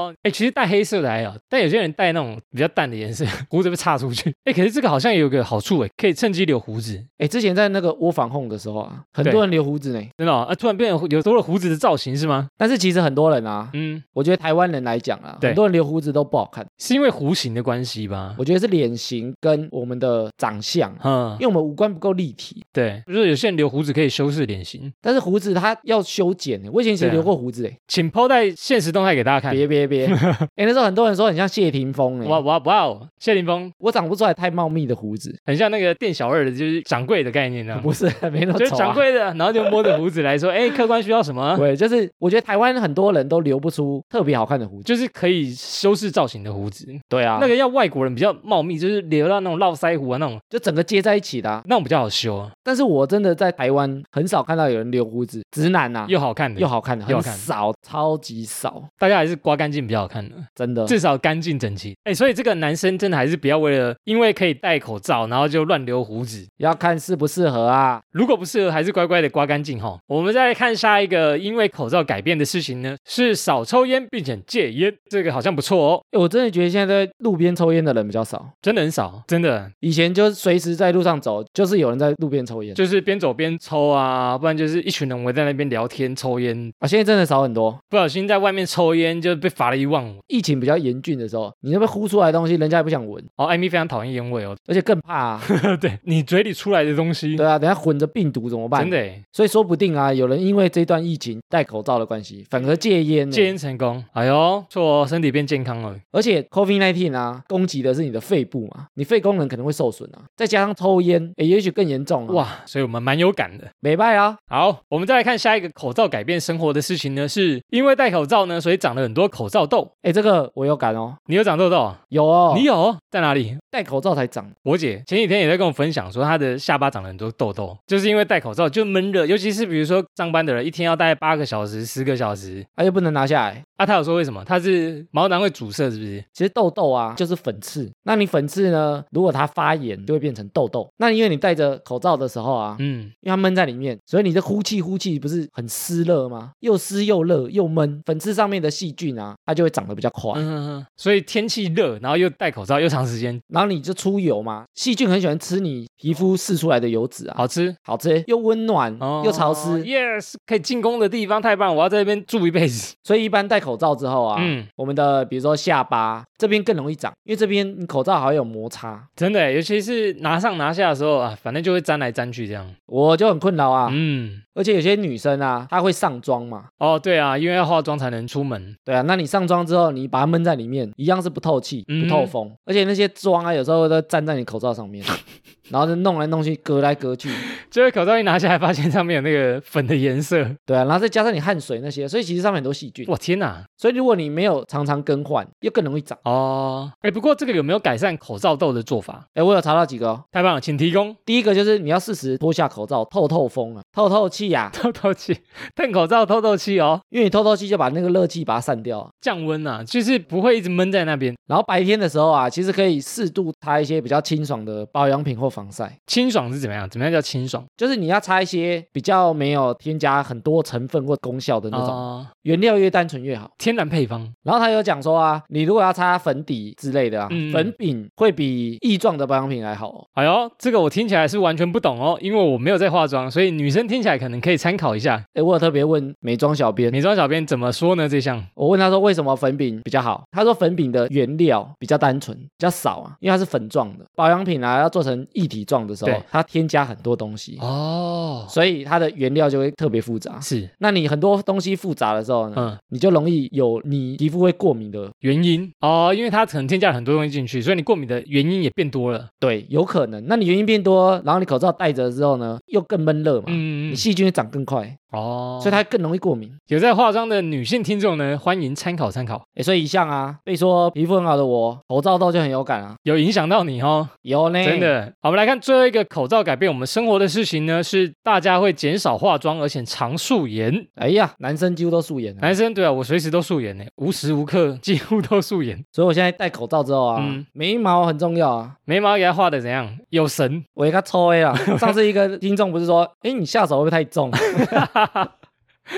[SPEAKER 1] 哦，哎、其实戴黑色的还好，但有些人戴那种比较淡的颜色， 胡子被岔出去。哎、可是这个好像也有个好处哎，可以趁机留胡子，
[SPEAKER 2] 哎，之前在那个窝防控的时候啊，很
[SPEAKER 1] 对
[SPEAKER 2] 多人留胡子呢，
[SPEAKER 1] 真的、哦、啊，突然变得有多了胡子的造型是吗？
[SPEAKER 2] 但是其实很多人啊，
[SPEAKER 1] 嗯，
[SPEAKER 2] 我觉得台湾人来讲啊，
[SPEAKER 1] 对
[SPEAKER 2] 很多人留胡子都不好看，
[SPEAKER 1] 是因为弧形的关系吧？
[SPEAKER 2] 我觉得是脸型跟我们的长相。啊
[SPEAKER 1] 嗯
[SPEAKER 2] 因，为我们五官不够立体，
[SPEAKER 1] 对，就是有些人留胡子可以修饰脸型，
[SPEAKER 2] 但是胡子它要修剪。欸我以前其
[SPEAKER 1] 对
[SPEAKER 2] 实
[SPEAKER 1] 啊
[SPEAKER 2] 留过胡子诶，
[SPEAKER 1] 请抛在现实动态给大家看。
[SPEAKER 2] 别 别别，哎，那时候很多人说很像谢霆锋
[SPEAKER 1] 哇
[SPEAKER 2] 诶，
[SPEAKER 1] 哇哇哦！谢霆锋
[SPEAKER 2] 我长不出来太茂密的胡子，
[SPEAKER 1] 很像那个店小二的，就是掌柜的概念呢、
[SPEAKER 2] 不是没那么
[SPEAKER 1] 嗯就是
[SPEAKER 2] 丑
[SPEAKER 1] 掌
[SPEAKER 2] 啊。
[SPEAKER 1] 柜的，然后就摸着胡子来说：“哎、客官需要什么？”
[SPEAKER 2] 对，就是 我觉得台湾很多人都留不出特别好看的胡子。
[SPEAKER 1] 就是可以修饰造型的胡子，
[SPEAKER 2] 对啊
[SPEAKER 1] 那个要外国人比较茂密，就是留到那种络腮胡啊那种，
[SPEAKER 2] 就整个接在一起的啊、
[SPEAKER 1] 那种比较好修啊，
[SPEAKER 2] 但是我真的在台湾很少看到有人留胡子，直男呐、啊，
[SPEAKER 1] 又好看的，
[SPEAKER 2] 又好看的，
[SPEAKER 1] 又
[SPEAKER 2] 很
[SPEAKER 1] 好看
[SPEAKER 2] 少，超级少，
[SPEAKER 1] 大家还是刮干净比较好看的，
[SPEAKER 2] 真的。
[SPEAKER 1] 至少干净整齐。哎，所以这个男生真的还是不要为了因为可以戴口罩，然后就乱留胡子。
[SPEAKER 2] 要看适不适合啊。
[SPEAKER 1] 如果不适合，还是乖乖的刮干净哈。我们再来看下一个因为口罩改变的事情呢，是少抽烟并且戒烟，这个好像不错哦，
[SPEAKER 2] 诶我真的觉得现在在路边抽烟的人比较少，
[SPEAKER 1] 真的很少，真的
[SPEAKER 2] 以前就是随时在路上走，就是有人在路边抽烟
[SPEAKER 1] 就是边走边抽啊，不然就是一群人围在那边聊天抽烟，
[SPEAKER 2] 啊。现在真的少很多。
[SPEAKER 1] 不小心在外面抽烟就被罚了一万五。
[SPEAKER 2] 疫情比较严峻的时候，你那边呼出来的东西，人家也不想闻，
[SPEAKER 1] 哦，艾米非常讨厌烟味哦，
[SPEAKER 2] 而且更 怕、啊。
[SPEAKER 1] 对你嘴里出来的东西，
[SPEAKER 2] 对啊，等下混着病毒怎么办？
[SPEAKER 1] 真的，耶
[SPEAKER 2] 所以说不定啊，有人因为这段疫情戴口罩的关系，反而戒烟呢。
[SPEAKER 1] 戒烟成功，哎呦，错哦，身体变健康了。
[SPEAKER 2] 而且 COVID-19 啊，攻击的是你的肺部嘛，你肺功能可能会受损啊，再加上抽烟，诶也许更严重、啊。哇，
[SPEAKER 1] 哇，所以我们蛮有感的。
[SPEAKER 2] 没办啊，
[SPEAKER 1] 好，我们再来看下一个口罩改变生活的事情呢，是因为戴口罩呢，所以长了很多口罩痘。
[SPEAKER 2] 诶，这个我有感哦，
[SPEAKER 1] 你有长痘痘啊？
[SPEAKER 2] 有哦，
[SPEAKER 1] 你有在哪里？
[SPEAKER 2] 戴口罩才长，
[SPEAKER 1] 我姐前几天也在跟我分享说，她的下巴长了很多痘痘，就是因为戴口罩就闷热，尤其是比如说上班的人一天要戴八个小时、十个小时。
[SPEAKER 2] 而、且不能拿下来。
[SPEAKER 1] 啊，她有说为什么？她是毛囊会阻塞，是不是？
[SPEAKER 2] 其实痘痘啊，就是粉刺。那你粉刺呢？如果它发炎，就会变成痘痘。那因为你戴着口罩的时候啊，
[SPEAKER 1] 嗯，
[SPEAKER 2] 因为它闷在里面，所以你的呼气呼气不是很湿热吗？又湿又热又闷，粉刺上面的细菌啊，它就会长得比较快。
[SPEAKER 1] 嗯，所以天气热，然后又戴口罩，又长时间，
[SPEAKER 2] 然后你就出油嘛，细菌很喜欢吃你皮肤释出来的油脂啊，
[SPEAKER 1] 好吃
[SPEAKER 2] 好吃又温暖、
[SPEAKER 1] 哦，
[SPEAKER 2] 又潮湿，
[SPEAKER 1] ，yes，可以进攻的地方太棒，我要在那边住一辈子。
[SPEAKER 2] 所以一般戴口罩之 后啊，
[SPEAKER 1] 嗯，
[SPEAKER 2] 我们的比如说下巴这边更容易长，因为这边你口罩还会有摩擦，
[SPEAKER 1] 真的耶，尤其是拿上拿下的时候啊，反正就会沾来沾去这样。
[SPEAKER 2] 我就很困扰啊。
[SPEAKER 1] 嗯，
[SPEAKER 2] 而且有些女生啊，她会上妆嘛，
[SPEAKER 1] 哦，对啊，因为要化妆才能出门，
[SPEAKER 2] 对啊，那你上妆之后，你把它闷在里面，一样是不透气、
[SPEAKER 1] 嗯
[SPEAKER 2] 不透风， 而且那些妆啊，有时候都粘在你口罩上面，然后就弄来弄去、隔来隔去，
[SPEAKER 1] 结果口罩一拿下来，发现上面有那个粉的颜色。
[SPEAKER 2] 对啊，然后再加上你汗水那些，所以其实上面很多细菌。
[SPEAKER 1] 我天哪！
[SPEAKER 2] 所以如果你没有常常更换，又更容易长。
[SPEAKER 1] 哦，哎，不过这个有没有改善口罩痘的做法？
[SPEAKER 2] 哎，我有查到几个、哦，
[SPEAKER 1] 太棒了，请提供。
[SPEAKER 2] 第一个就是你要适时脱下口罩，透透风啊，透透气啊，
[SPEAKER 1] 透透气，戴口罩透透气哦，
[SPEAKER 2] 因为你透透气就把那个热气把它散掉啊。
[SPEAKER 1] 降温啊，就是不会一直闷在那边，
[SPEAKER 2] 然后白天的时候啊，其实可以适度擦一些比较清爽的保养品或防晒，
[SPEAKER 1] 清爽是怎么样？怎么样叫清爽？
[SPEAKER 2] 就是你要擦一些比较没有添加很多成分或功效的那种，
[SPEAKER 1] 哦，
[SPEAKER 2] 原料越单纯越好。
[SPEAKER 1] 天然配方，
[SPEAKER 2] 然后他有讲说啊，你如果要擦粉底之类的啊，
[SPEAKER 1] 嗯
[SPEAKER 2] 粉饼会比液状的保养品还好哦。
[SPEAKER 1] 哎呦，这个我听起来是完全不懂哦，因为我没有在化妆，所以女生听起来可能可以参考一下。
[SPEAKER 2] 哎，我有特别问美妆小编，
[SPEAKER 1] 美妆小编怎么说呢？这项
[SPEAKER 2] 我问他说为什么粉饼比较好，他说粉饼的原料比较单纯，比较少啊，因为它是粉状的。保养品啊要做成一体状的时候
[SPEAKER 1] 对，
[SPEAKER 2] 它添加很多东西，
[SPEAKER 1] 哦，
[SPEAKER 2] 所以它的原料就会特别复杂。
[SPEAKER 1] 是，
[SPEAKER 2] 那你很多东西复杂的时候呢，
[SPEAKER 1] 嗯，
[SPEAKER 2] 你就容易有你皮肤会过敏的，
[SPEAKER 1] 原因哦，因为它可能添加了很多东西进去，所以你过敏的原因也变多了。
[SPEAKER 2] 对，有可能。那你原因变多，然后你口罩戴着之后呢，又更闷热嘛，
[SPEAKER 1] 嗯，
[SPEAKER 2] 你细菌会长更快，
[SPEAKER 1] 哦，
[SPEAKER 2] 所以它更容易过敏。
[SPEAKER 1] 有在化妆的女性听众呢，欢迎参考参考，
[SPEAKER 2] 诶所以一向啊，被说皮肤很好的我，口罩痘就很有感啊，
[SPEAKER 1] 有影响到你哦，
[SPEAKER 2] 有呢，
[SPEAKER 1] 真。的。好，我们来看最后一个口罩改变我们生活的事情呢，是大家会减少化妆，而且常素颜。
[SPEAKER 2] 哎呀，男生几乎都素颜了，
[SPEAKER 1] 男生对啊，我随时都素颜呢，无时无刻几乎都素颜，
[SPEAKER 2] 所以我现在戴口罩之后啊，
[SPEAKER 1] 嗯
[SPEAKER 2] 眉毛很重要啊。
[SPEAKER 1] 眉毛给他画的怎样？有神，
[SPEAKER 2] 我一个抽 A 啊，上次一个听众不是说，哎，你下手会不会太 重？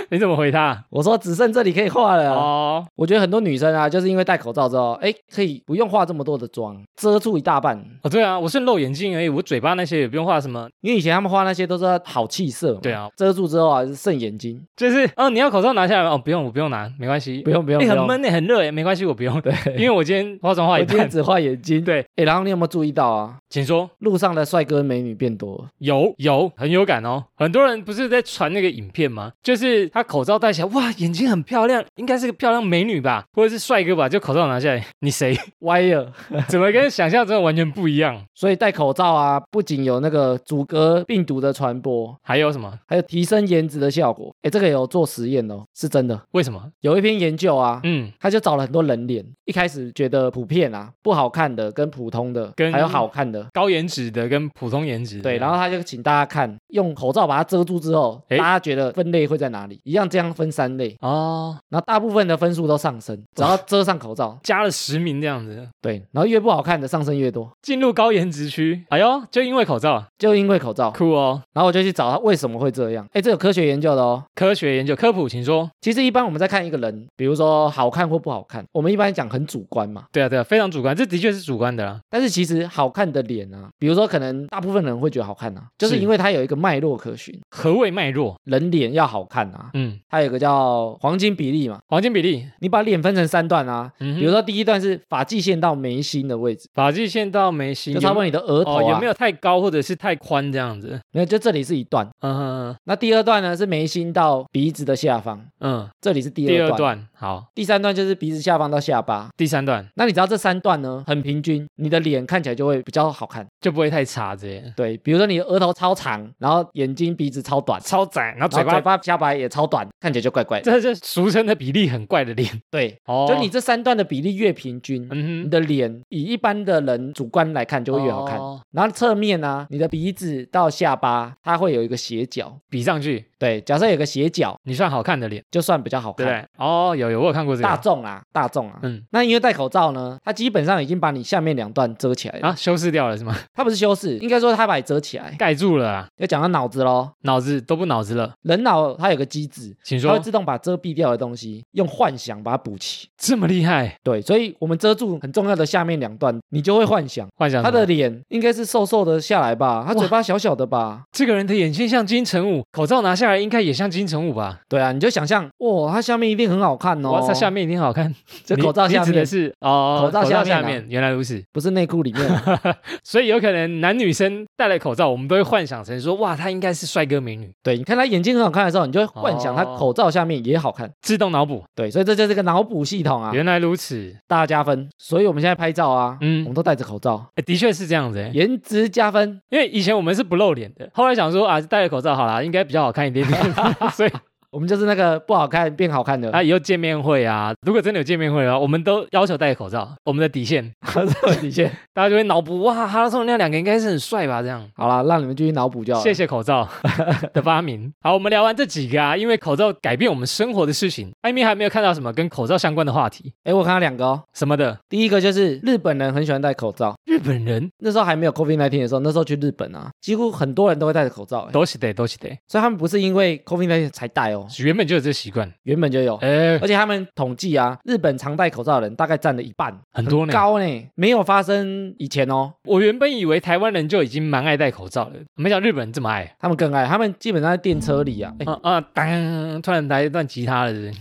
[SPEAKER 1] 你怎么回他？
[SPEAKER 2] 我说只剩这里可以画了啊、
[SPEAKER 1] 哦，
[SPEAKER 2] 我觉得很多女生啊，就是因为戴口罩之后，哎，可以不用化这么多的妆，遮住一大半。
[SPEAKER 1] 哦，对啊，我是露眼睛而已，我嘴巴那些也不用画什么，
[SPEAKER 2] 因为以前他们画那些都是好气色嘛，
[SPEAKER 1] 对啊，
[SPEAKER 2] 遮住之后啊，是剩眼睛，
[SPEAKER 1] 就是哦，你要口罩拿下来吗？哦，不用，我不用拿，没关系，
[SPEAKER 2] 不用不用
[SPEAKER 1] 欸
[SPEAKER 2] 不
[SPEAKER 1] 很
[SPEAKER 2] 用
[SPEAKER 1] 闷呢，很热耶，没关系，我不用，
[SPEAKER 2] 对，
[SPEAKER 1] 因为我今天化妆化
[SPEAKER 2] 我
[SPEAKER 1] 一
[SPEAKER 2] 今天
[SPEAKER 1] 半。
[SPEAKER 2] 只画眼睛。
[SPEAKER 1] 对，
[SPEAKER 2] 哎，然后你有没有注意到啊？
[SPEAKER 1] 请说，
[SPEAKER 2] 路上的帅哥美女变多了，
[SPEAKER 1] 有有很有感哦。很多人不是在传那个影片吗？就是他口罩戴起来，哇，眼睛很漂亮，应该是个漂亮美女吧，或者是帅哥吧，就口罩拿下来，你谁？
[SPEAKER 2] 歪了。
[SPEAKER 1] 怎么跟想象中的完全不一样？
[SPEAKER 2] 所以戴口罩啊，不仅有那个阻隔病毒的传播，
[SPEAKER 1] 还有什么？
[SPEAKER 2] 还有提升颜值的效果。哎，这个有做实验哦，是真的。
[SPEAKER 1] 为什么？
[SPEAKER 2] 有一篇研究啊，
[SPEAKER 1] 嗯，
[SPEAKER 2] 他就找了很多人脸，一开始觉得普遍啊不好看的，跟普通的，
[SPEAKER 1] 跟
[SPEAKER 2] 还有好看的。
[SPEAKER 1] 高颜值的跟普通颜值的
[SPEAKER 2] 对，然后他就请大家看，用口罩把它遮住之后，大
[SPEAKER 1] 诶
[SPEAKER 2] 家觉得分类会在哪里？一样这样分三类，
[SPEAKER 1] 哦，
[SPEAKER 2] 然后大部分的分数都上升，只要遮上口罩，
[SPEAKER 1] 加了十名这样子，
[SPEAKER 2] 对，然后越不好看的上升越多，
[SPEAKER 1] 进入高颜值区。哎呦，就因为口罩，
[SPEAKER 2] 就因为口罩。
[SPEAKER 1] 酷哦。
[SPEAKER 2] 然后我就去找他为什么会这样，哎，这有科学研究的哦。
[SPEAKER 1] 科学研究科普，请说。
[SPEAKER 2] 其实一般我们在看一个人，比如说好看或不好看，我们一般讲很主观嘛。
[SPEAKER 1] 对啊，对啊，非常主观，这的确是主观的啦。
[SPEAKER 2] 但是其实好看的脸啊，比如说可能大部分人会觉得好看啊，就是
[SPEAKER 1] 是
[SPEAKER 2] 因为它有一个脉络可循，
[SPEAKER 1] 何谓脉络？
[SPEAKER 2] 人脸要好看啊，
[SPEAKER 1] 嗯，
[SPEAKER 2] 它有一个叫黄金比例嘛。
[SPEAKER 1] 黄金比例，
[SPEAKER 2] 你把脸分成三段啊，
[SPEAKER 1] 嗯哼，
[SPEAKER 2] 比如说第一段是发际线到眉心的位置，
[SPEAKER 1] 发际线到眉心，
[SPEAKER 2] 就差不多你的额
[SPEAKER 1] 有
[SPEAKER 2] 头、啊
[SPEAKER 1] 哦，有没？有太高或者是太宽这样子？
[SPEAKER 2] 没有，就这里是一段。
[SPEAKER 1] 嗯
[SPEAKER 2] 那第二段呢是眉心到鼻子的下方，
[SPEAKER 1] 嗯，
[SPEAKER 2] 这里是第
[SPEAKER 1] 第
[SPEAKER 2] 二
[SPEAKER 1] 二
[SPEAKER 2] 段。
[SPEAKER 1] 段好，
[SPEAKER 2] 第三段就是鼻子下方到下巴。
[SPEAKER 1] 第三段
[SPEAKER 2] 那你只要这三段呢很平均，你的脸看起来就会比较好看。
[SPEAKER 1] 就不会太差这些，
[SPEAKER 2] 对，比如说你的额头超长，然后眼睛鼻子超短，
[SPEAKER 1] 超窄，然后
[SPEAKER 2] 然
[SPEAKER 1] 嘴
[SPEAKER 2] 后
[SPEAKER 1] 巴，
[SPEAKER 2] 嘴巴下巴也超短，看起来就怪怪的。
[SPEAKER 1] 这这俗称的比例很怪的脸
[SPEAKER 2] 对，
[SPEAKER 1] 哦，
[SPEAKER 2] 就你这三段的比例越平均，你
[SPEAKER 1] 嗯哼，
[SPEAKER 2] 的脸以一般的人主观来看就会越好看。
[SPEAKER 1] 哦
[SPEAKER 2] 然后侧面啊，你的鼻子到下巴，它会有一个斜角。
[SPEAKER 1] 比上去，
[SPEAKER 2] 对，假设有个斜角，
[SPEAKER 1] 你算好看的脸，
[SPEAKER 2] 就算比较好
[SPEAKER 1] 对
[SPEAKER 2] 看。
[SPEAKER 1] 不对？哦，有有，我有看过这
[SPEAKER 2] 大
[SPEAKER 1] 个，
[SPEAKER 2] 众啊，大众啊。
[SPEAKER 1] 嗯。
[SPEAKER 2] 那因为戴口罩呢，它基本上已经把你下面两段遮起来了。
[SPEAKER 1] 啊，修饰掉了是吗？
[SPEAKER 2] 它不是修饰，应该说它把你遮起来。
[SPEAKER 1] 盖住了啊，
[SPEAKER 2] 要讲到脑子喽，
[SPEAKER 1] 脑子都不脑子了，
[SPEAKER 2] 人脑它有个机制，
[SPEAKER 1] 请
[SPEAKER 2] 它会
[SPEAKER 1] 说。
[SPEAKER 2] 自动把遮蔽掉的东西用幻想把它补齐。
[SPEAKER 1] 这么厉害，
[SPEAKER 2] 对，所以我们遮住很重要的下面两段，你就会幻想
[SPEAKER 1] 幻想
[SPEAKER 2] 他
[SPEAKER 1] 什么
[SPEAKER 2] 的脸应该是瘦瘦的下来吧，他嘴巴小小的吧。
[SPEAKER 1] 这个人的眼睛像金城武，口罩拿下来应该也像金城武吧？
[SPEAKER 2] 对啊，你就想象，哇，他下面一定很好看看哦。
[SPEAKER 1] 哇，它下面一定很好看。
[SPEAKER 2] 这口罩
[SPEAKER 1] 你
[SPEAKER 2] 下
[SPEAKER 1] 你指的
[SPEAKER 2] 面
[SPEAKER 1] 是哦，
[SPEAKER 2] 口罩下面啊
[SPEAKER 1] 面，原来如此。
[SPEAKER 2] 不是内裤里 面啊，
[SPEAKER 1] 所以有可能男女生戴了口罩，我们都会幻想成说，哇，他应该是帅哥美女，
[SPEAKER 2] 对，你看他眼睛很好看的时候，你就会幻想他
[SPEAKER 1] 哦
[SPEAKER 2] 口罩下面也好看。
[SPEAKER 1] 自动脑补。
[SPEAKER 2] 对，所以这就是个脑补系统啊，
[SPEAKER 1] 原来如此，
[SPEAKER 2] 大加分。所以我们现在拍照啊，
[SPEAKER 1] 嗯
[SPEAKER 2] 我们都戴着口罩，
[SPEAKER 1] 诶的确是这样子、诶
[SPEAKER 2] 颜值加分。
[SPEAKER 1] 因为以前我们是不露脸的，后来想说啊，戴了口罩好啦，应该比较好看一点 点，所以
[SPEAKER 2] 我们就是那个不好看变好看的，
[SPEAKER 1] 啊，以后见面会啊，如果真的有见面会的话，我们都要求戴口罩，我们的底线，
[SPEAKER 2] 底线。
[SPEAKER 1] 大家就会脑补哇，哈拉松那两个应该是很帅吧，这样。
[SPEAKER 2] 好啦，让你们继续脑补就好了。
[SPEAKER 1] 谢。谢口罩 的发明。好，我们聊完这几个啊，因为口罩改变我们生活的事情，艾米还没有看到什么跟口罩相关的话题
[SPEAKER 2] 哎，我看到两个哦。
[SPEAKER 1] 什么的。
[SPEAKER 2] 第一个就是日本人很喜欢戴口罩，
[SPEAKER 1] 日本人
[SPEAKER 2] 那时候还没有 COVID 1 9的时候，那时候去日本啊，几乎很多人都会戴着口罩，哎
[SPEAKER 1] 都是得都是得，
[SPEAKER 2] 所以他们不是因为 COVID 1 9才戴哦，
[SPEAKER 1] 原本就有这习惯。
[SPEAKER 2] 原本就有。
[SPEAKER 1] 哎、
[SPEAKER 2] 而且他们统计啊，日本常戴口罩的人大概占了一半，
[SPEAKER 1] 很多呢
[SPEAKER 2] 高呢，没有发生以前哦，
[SPEAKER 1] 我原本以为台湾人就已经蛮爱戴口罩了，没想到日本人这么爱。
[SPEAKER 2] 他们更爱，他们基本上在电车里啊，哎
[SPEAKER 1] 啊啊！当突然来一段吉他了是不是，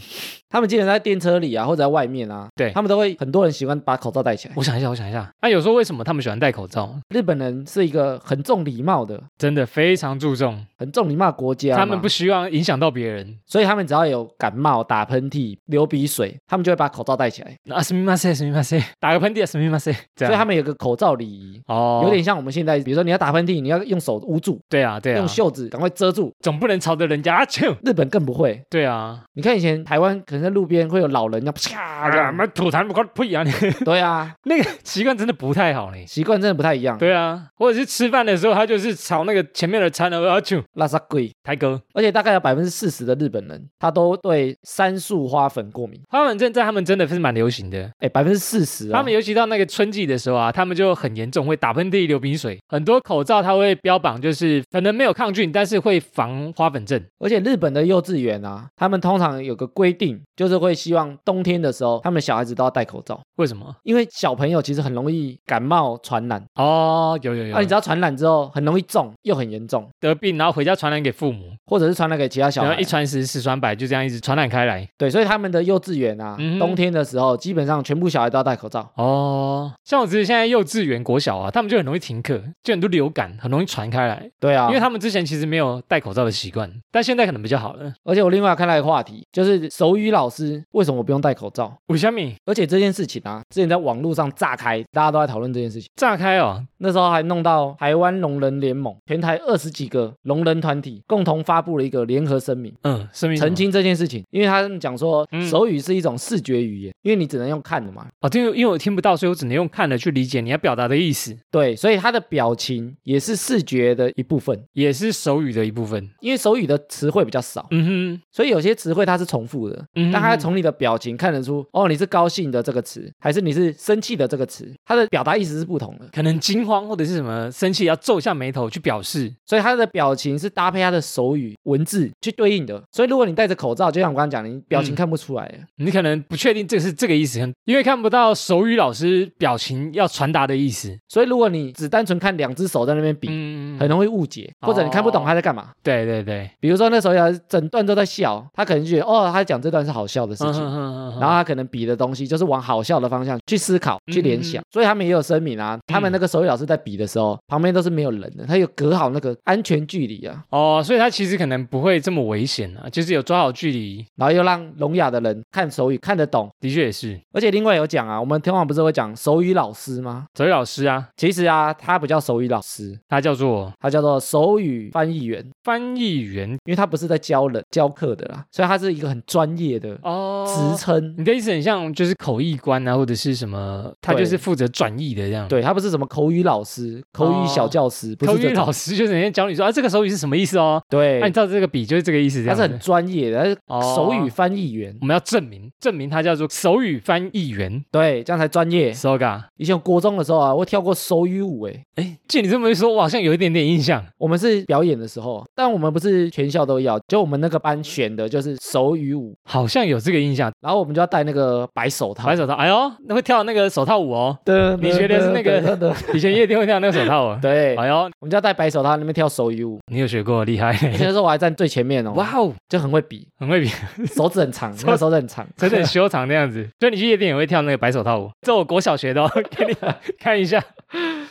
[SPEAKER 2] 他们基本上在电车里啊，或者在外面啊，
[SPEAKER 1] 对
[SPEAKER 2] 他们都会很多人喜欢把口罩戴起来。
[SPEAKER 1] 我想一下，我想一下。那、有时候为什么他们喜欢戴口罩？
[SPEAKER 2] 日本人是一个很重礼貌的、
[SPEAKER 1] 真的非常注重，
[SPEAKER 2] 很重礼貌的国家嘛，
[SPEAKER 1] 他们不希望影响到别人。
[SPEAKER 2] 所以他们只要有感冒、打喷嚏、流鼻水，他们就会把口罩戴起来。
[SPEAKER 1] 啊，什么嘛塞，什么嘛塞，打个喷嚏啊，什么嘛塞，这
[SPEAKER 2] 所以
[SPEAKER 1] 样
[SPEAKER 2] 他们有个口罩礼仪，
[SPEAKER 1] 哦，
[SPEAKER 2] 有点像我们现在，比如说你要打喷嚏，你要用手捂住，
[SPEAKER 1] 对啊，对啊，
[SPEAKER 2] 用袖子赶快遮住。
[SPEAKER 1] 总不能朝着人家啊啾。
[SPEAKER 2] 日本更不会，
[SPEAKER 1] 对啊，
[SPEAKER 2] 你看以前台湾可能在路边会有老人要啪这
[SPEAKER 1] 啊，
[SPEAKER 2] 样，
[SPEAKER 1] 妈吐痰不快呸啊！你
[SPEAKER 2] 对啊，
[SPEAKER 1] 那个习惯真的不太好呢。
[SPEAKER 2] 习惯真的不太一样。
[SPEAKER 1] 对啊，或者是吃饭的时候，他就是朝那个前面的餐而啊啾。
[SPEAKER 2] 拉萨贵，
[SPEAKER 1] 台哥，
[SPEAKER 2] 而且大概有百分之四十的日本人，他都对杉树花粉过敏。
[SPEAKER 1] 他们真在他们真的是蛮流行的。
[SPEAKER 2] 哎，百分之四十啊！
[SPEAKER 1] 他们尤其到那个春季的时候啊，他们就很严重，会打喷嚏、流鼻水。很多口罩它会标榜就是可能没有抗菌，但是会防花粉症。
[SPEAKER 2] 而且日本的幼稚园啊，他们通常有个规定，就是会希望冬天的时候，他们小孩子都要戴口罩，
[SPEAKER 1] 为什么？
[SPEAKER 2] 因为小朋友其实很容易感冒传染，
[SPEAKER 1] 哦，有有有，
[SPEAKER 2] 啊，你只要传染之后，很容易重，又很严重，
[SPEAKER 1] 得病，然后回家传染给父母，
[SPEAKER 2] 或者是传染给其他小
[SPEAKER 1] 然
[SPEAKER 2] 孩
[SPEAKER 1] 啊后一。传十，十传百，就这样一直传染开来。
[SPEAKER 2] 对，所以他们的幼稚园啊，
[SPEAKER 1] 嗯哼
[SPEAKER 2] 冬天的时候，基本上全部小孩都要戴口罩。
[SPEAKER 1] 哦，像我之前现在幼稚园、国小啊，他们就很容易停课，就很多流感，很容易传开来，
[SPEAKER 2] 对啊，
[SPEAKER 1] 因为他们之前其实没有戴口罩的习惯，但现在可能比较好了。
[SPEAKER 2] 而且我另外看到一个话题，就是手语老师为什么不用戴口罩？
[SPEAKER 1] 五小米
[SPEAKER 2] 而且这件事情啊，之前在网络上炸开，大家都在讨论这件事情。
[SPEAKER 1] 炸开哦，
[SPEAKER 2] 那时候还弄到台湾聋人联盟，全台二十几个聋人团体共同发布了一个联合声明，
[SPEAKER 1] 嗯，声明什么
[SPEAKER 2] 澄清这件事情。因为他们讲说，
[SPEAKER 1] 嗯
[SPEAKER 2] 手语是一种视觉语言，因为你只能用看的嘛。
[SPEAKER 1] 哦，因为因为我听不到，所以我只能用看的去理解你要表达的意思，
[SPEAKER 2] 对，所以他的表情也是视觉的一部分，
[SPEAKER 1] 也是手语的一部分。
[SPEAKER 2] 因为手语的词汇比较少，
[SPEAKER 1] 嗯哼，
[SPEAKER 2] 所以有些词汇它是重复的，
[SPEAKER 1] 嗯哼，
[SPEAKER 2] 但他从你的表情看得出，哦，你是高兴的这个词，还是你是生气的这个词，它的表达意思是不同的。
[SPEAKER 1] 可能惊慌或者是什么生气，要皱下眉头去表示。
[SPEAKER 2] 所以他的表情是搭配他的手语文字去对应的。所以如果你戴着口罩，就像我刚刚讲的，你表情
[SPEAKER 1] 嗯
[SPEAKER 2] 看不出来了。
[SPEAKER 1] 你可能不确定这个是这个意思，因为看不到手语老师表情要传达的意思。
[SPEAKER 2] 所以如果你只单纯看两只手在那边比，
[SPEAKER 1] 嗯，
[SPEAKER 2] 很容易误解，或者你看不懂
[SPEAKER 1] 哦
[SPEAKER 2] 他在干嘛。
[SPEAKER 1] 对对对，
[SPEAKER 2] 比如说那时候要是整段都在笑，他可能就觉得哦，他讲这段是好笑的事
[SPEAKER 1] 嗯
[SPEAKER 2] 情。
[SPEAKER 1] 哼哼哼
[SPEAKER 2] 然后他可能比的东西就是往好笑的方向去思考、去联想，
[SPEAKER 1] 嗯
[SPEAKER 2] 所以他们也有声明啊。他们那个手语老师在比的时候，旁边都是没有人的，他有隔好那个安全距离啊，
[SPEAKER 1] 哦，所以他其实可能不会这么危险啊，就是有抓好距离，
[SPEAKER 2] 然后又让聋哑的人看手语看得懂。
[SPEAKER 1] 的确也是。
[SPEAKER 2] 而且另外有讲啊，我们天网不是会讲手语老师吗？
[SPEAKER 1] 哲宇老师啊，
[SPEAKER 2] 其实啊，他不叫手语老师，
[SPEAKER 1] 他叫做
[SPEAKER 2] 他叫做手语翻译员，
[SPEAKER 1] 翻译员
[SPEAKER 2] 因为他不是在教人教课的啦，所以他是一个很专业的
[SPEAKER 1] 哦
[SPEAKER 2] 职称。
[SPEAKER 1] 你的意思很像就是口译官啊，或者是什么，他
[SPEAKER 2] 对
[SPEAKER 1] 就是负责转译的这样。，
[SPEAKER 2] 对他不是什么口语老师、口语小教师，不
[SPEAKER 1] 哦口
[SPEAKER 2] 是这
[SPEAKER 1] 语
[SPEAKER 2] 种
[SPEAKER 1] 老师就是人家教你说啊，这个手语是什么意思哦，
[SPEAKER 2] 对，
[SPEAKER 1] 按照这个比就是这个意思这
[SPEAKER 2] 他
[SPEAKER 1] 样
[SPEAKER 2] 是
[SPEAKER 1] 子。
[SPEAKER 2] 很专业的，他是
[SPEAKER 1] 哦
[SPEAKER 2] 手语翻译员，
[SPEAKER 1] 我们要证明，证明他叫做手语翻译员
[SPEAKER 2] 对，这样才专业。
[SPEAKER 1] ，Soga。
[SPEAKER 2] 以前我国中的时候啊，我跳过手语舞，诶，
[SPEAKER 1] 哎，借你这么一说，我好像有一点点印象。
[SPEAKER 2] 我们是表演的时候，但我们不是全校都要，就我们那个班选的就是手语舞，
[SPEAKER 1] 好像像有这个印象，
[SPEAKER 2] 然后我们就要戴那个白手套
[SPEAKER 1] 白。手套，哎呦，那会跳那个手套舞 哦，
[SPEAKER 2] 的
[SPEAKER 1] 你觉得是那个
[SPEAKER 2] 的？，
[SPEAKER 1] 以前夜店会跳那个手套舞
[SPEAKER 2] 对，
[SPEAKER 1] 哎呦，
[SPEAKER 2] 我们就要戴白手套，那边跳手语舞。
[SPEAKER 1] 你有学过，厉害，
[SPEAKER 2] 而且那时候我还站最前面哦，哎哇，
[SPEAKER 1] 哇哦，
[SPEAKER 2] 就很会比，
[SPEAKER 1] 很会比，
[SPEAKER 2] 手指很 长，那个手指很长，
[SPEAKER 1] 整整修长那 样子，所以你去夜店也会跳那个白手套舞，这我国小学的、哦，给 你看一下。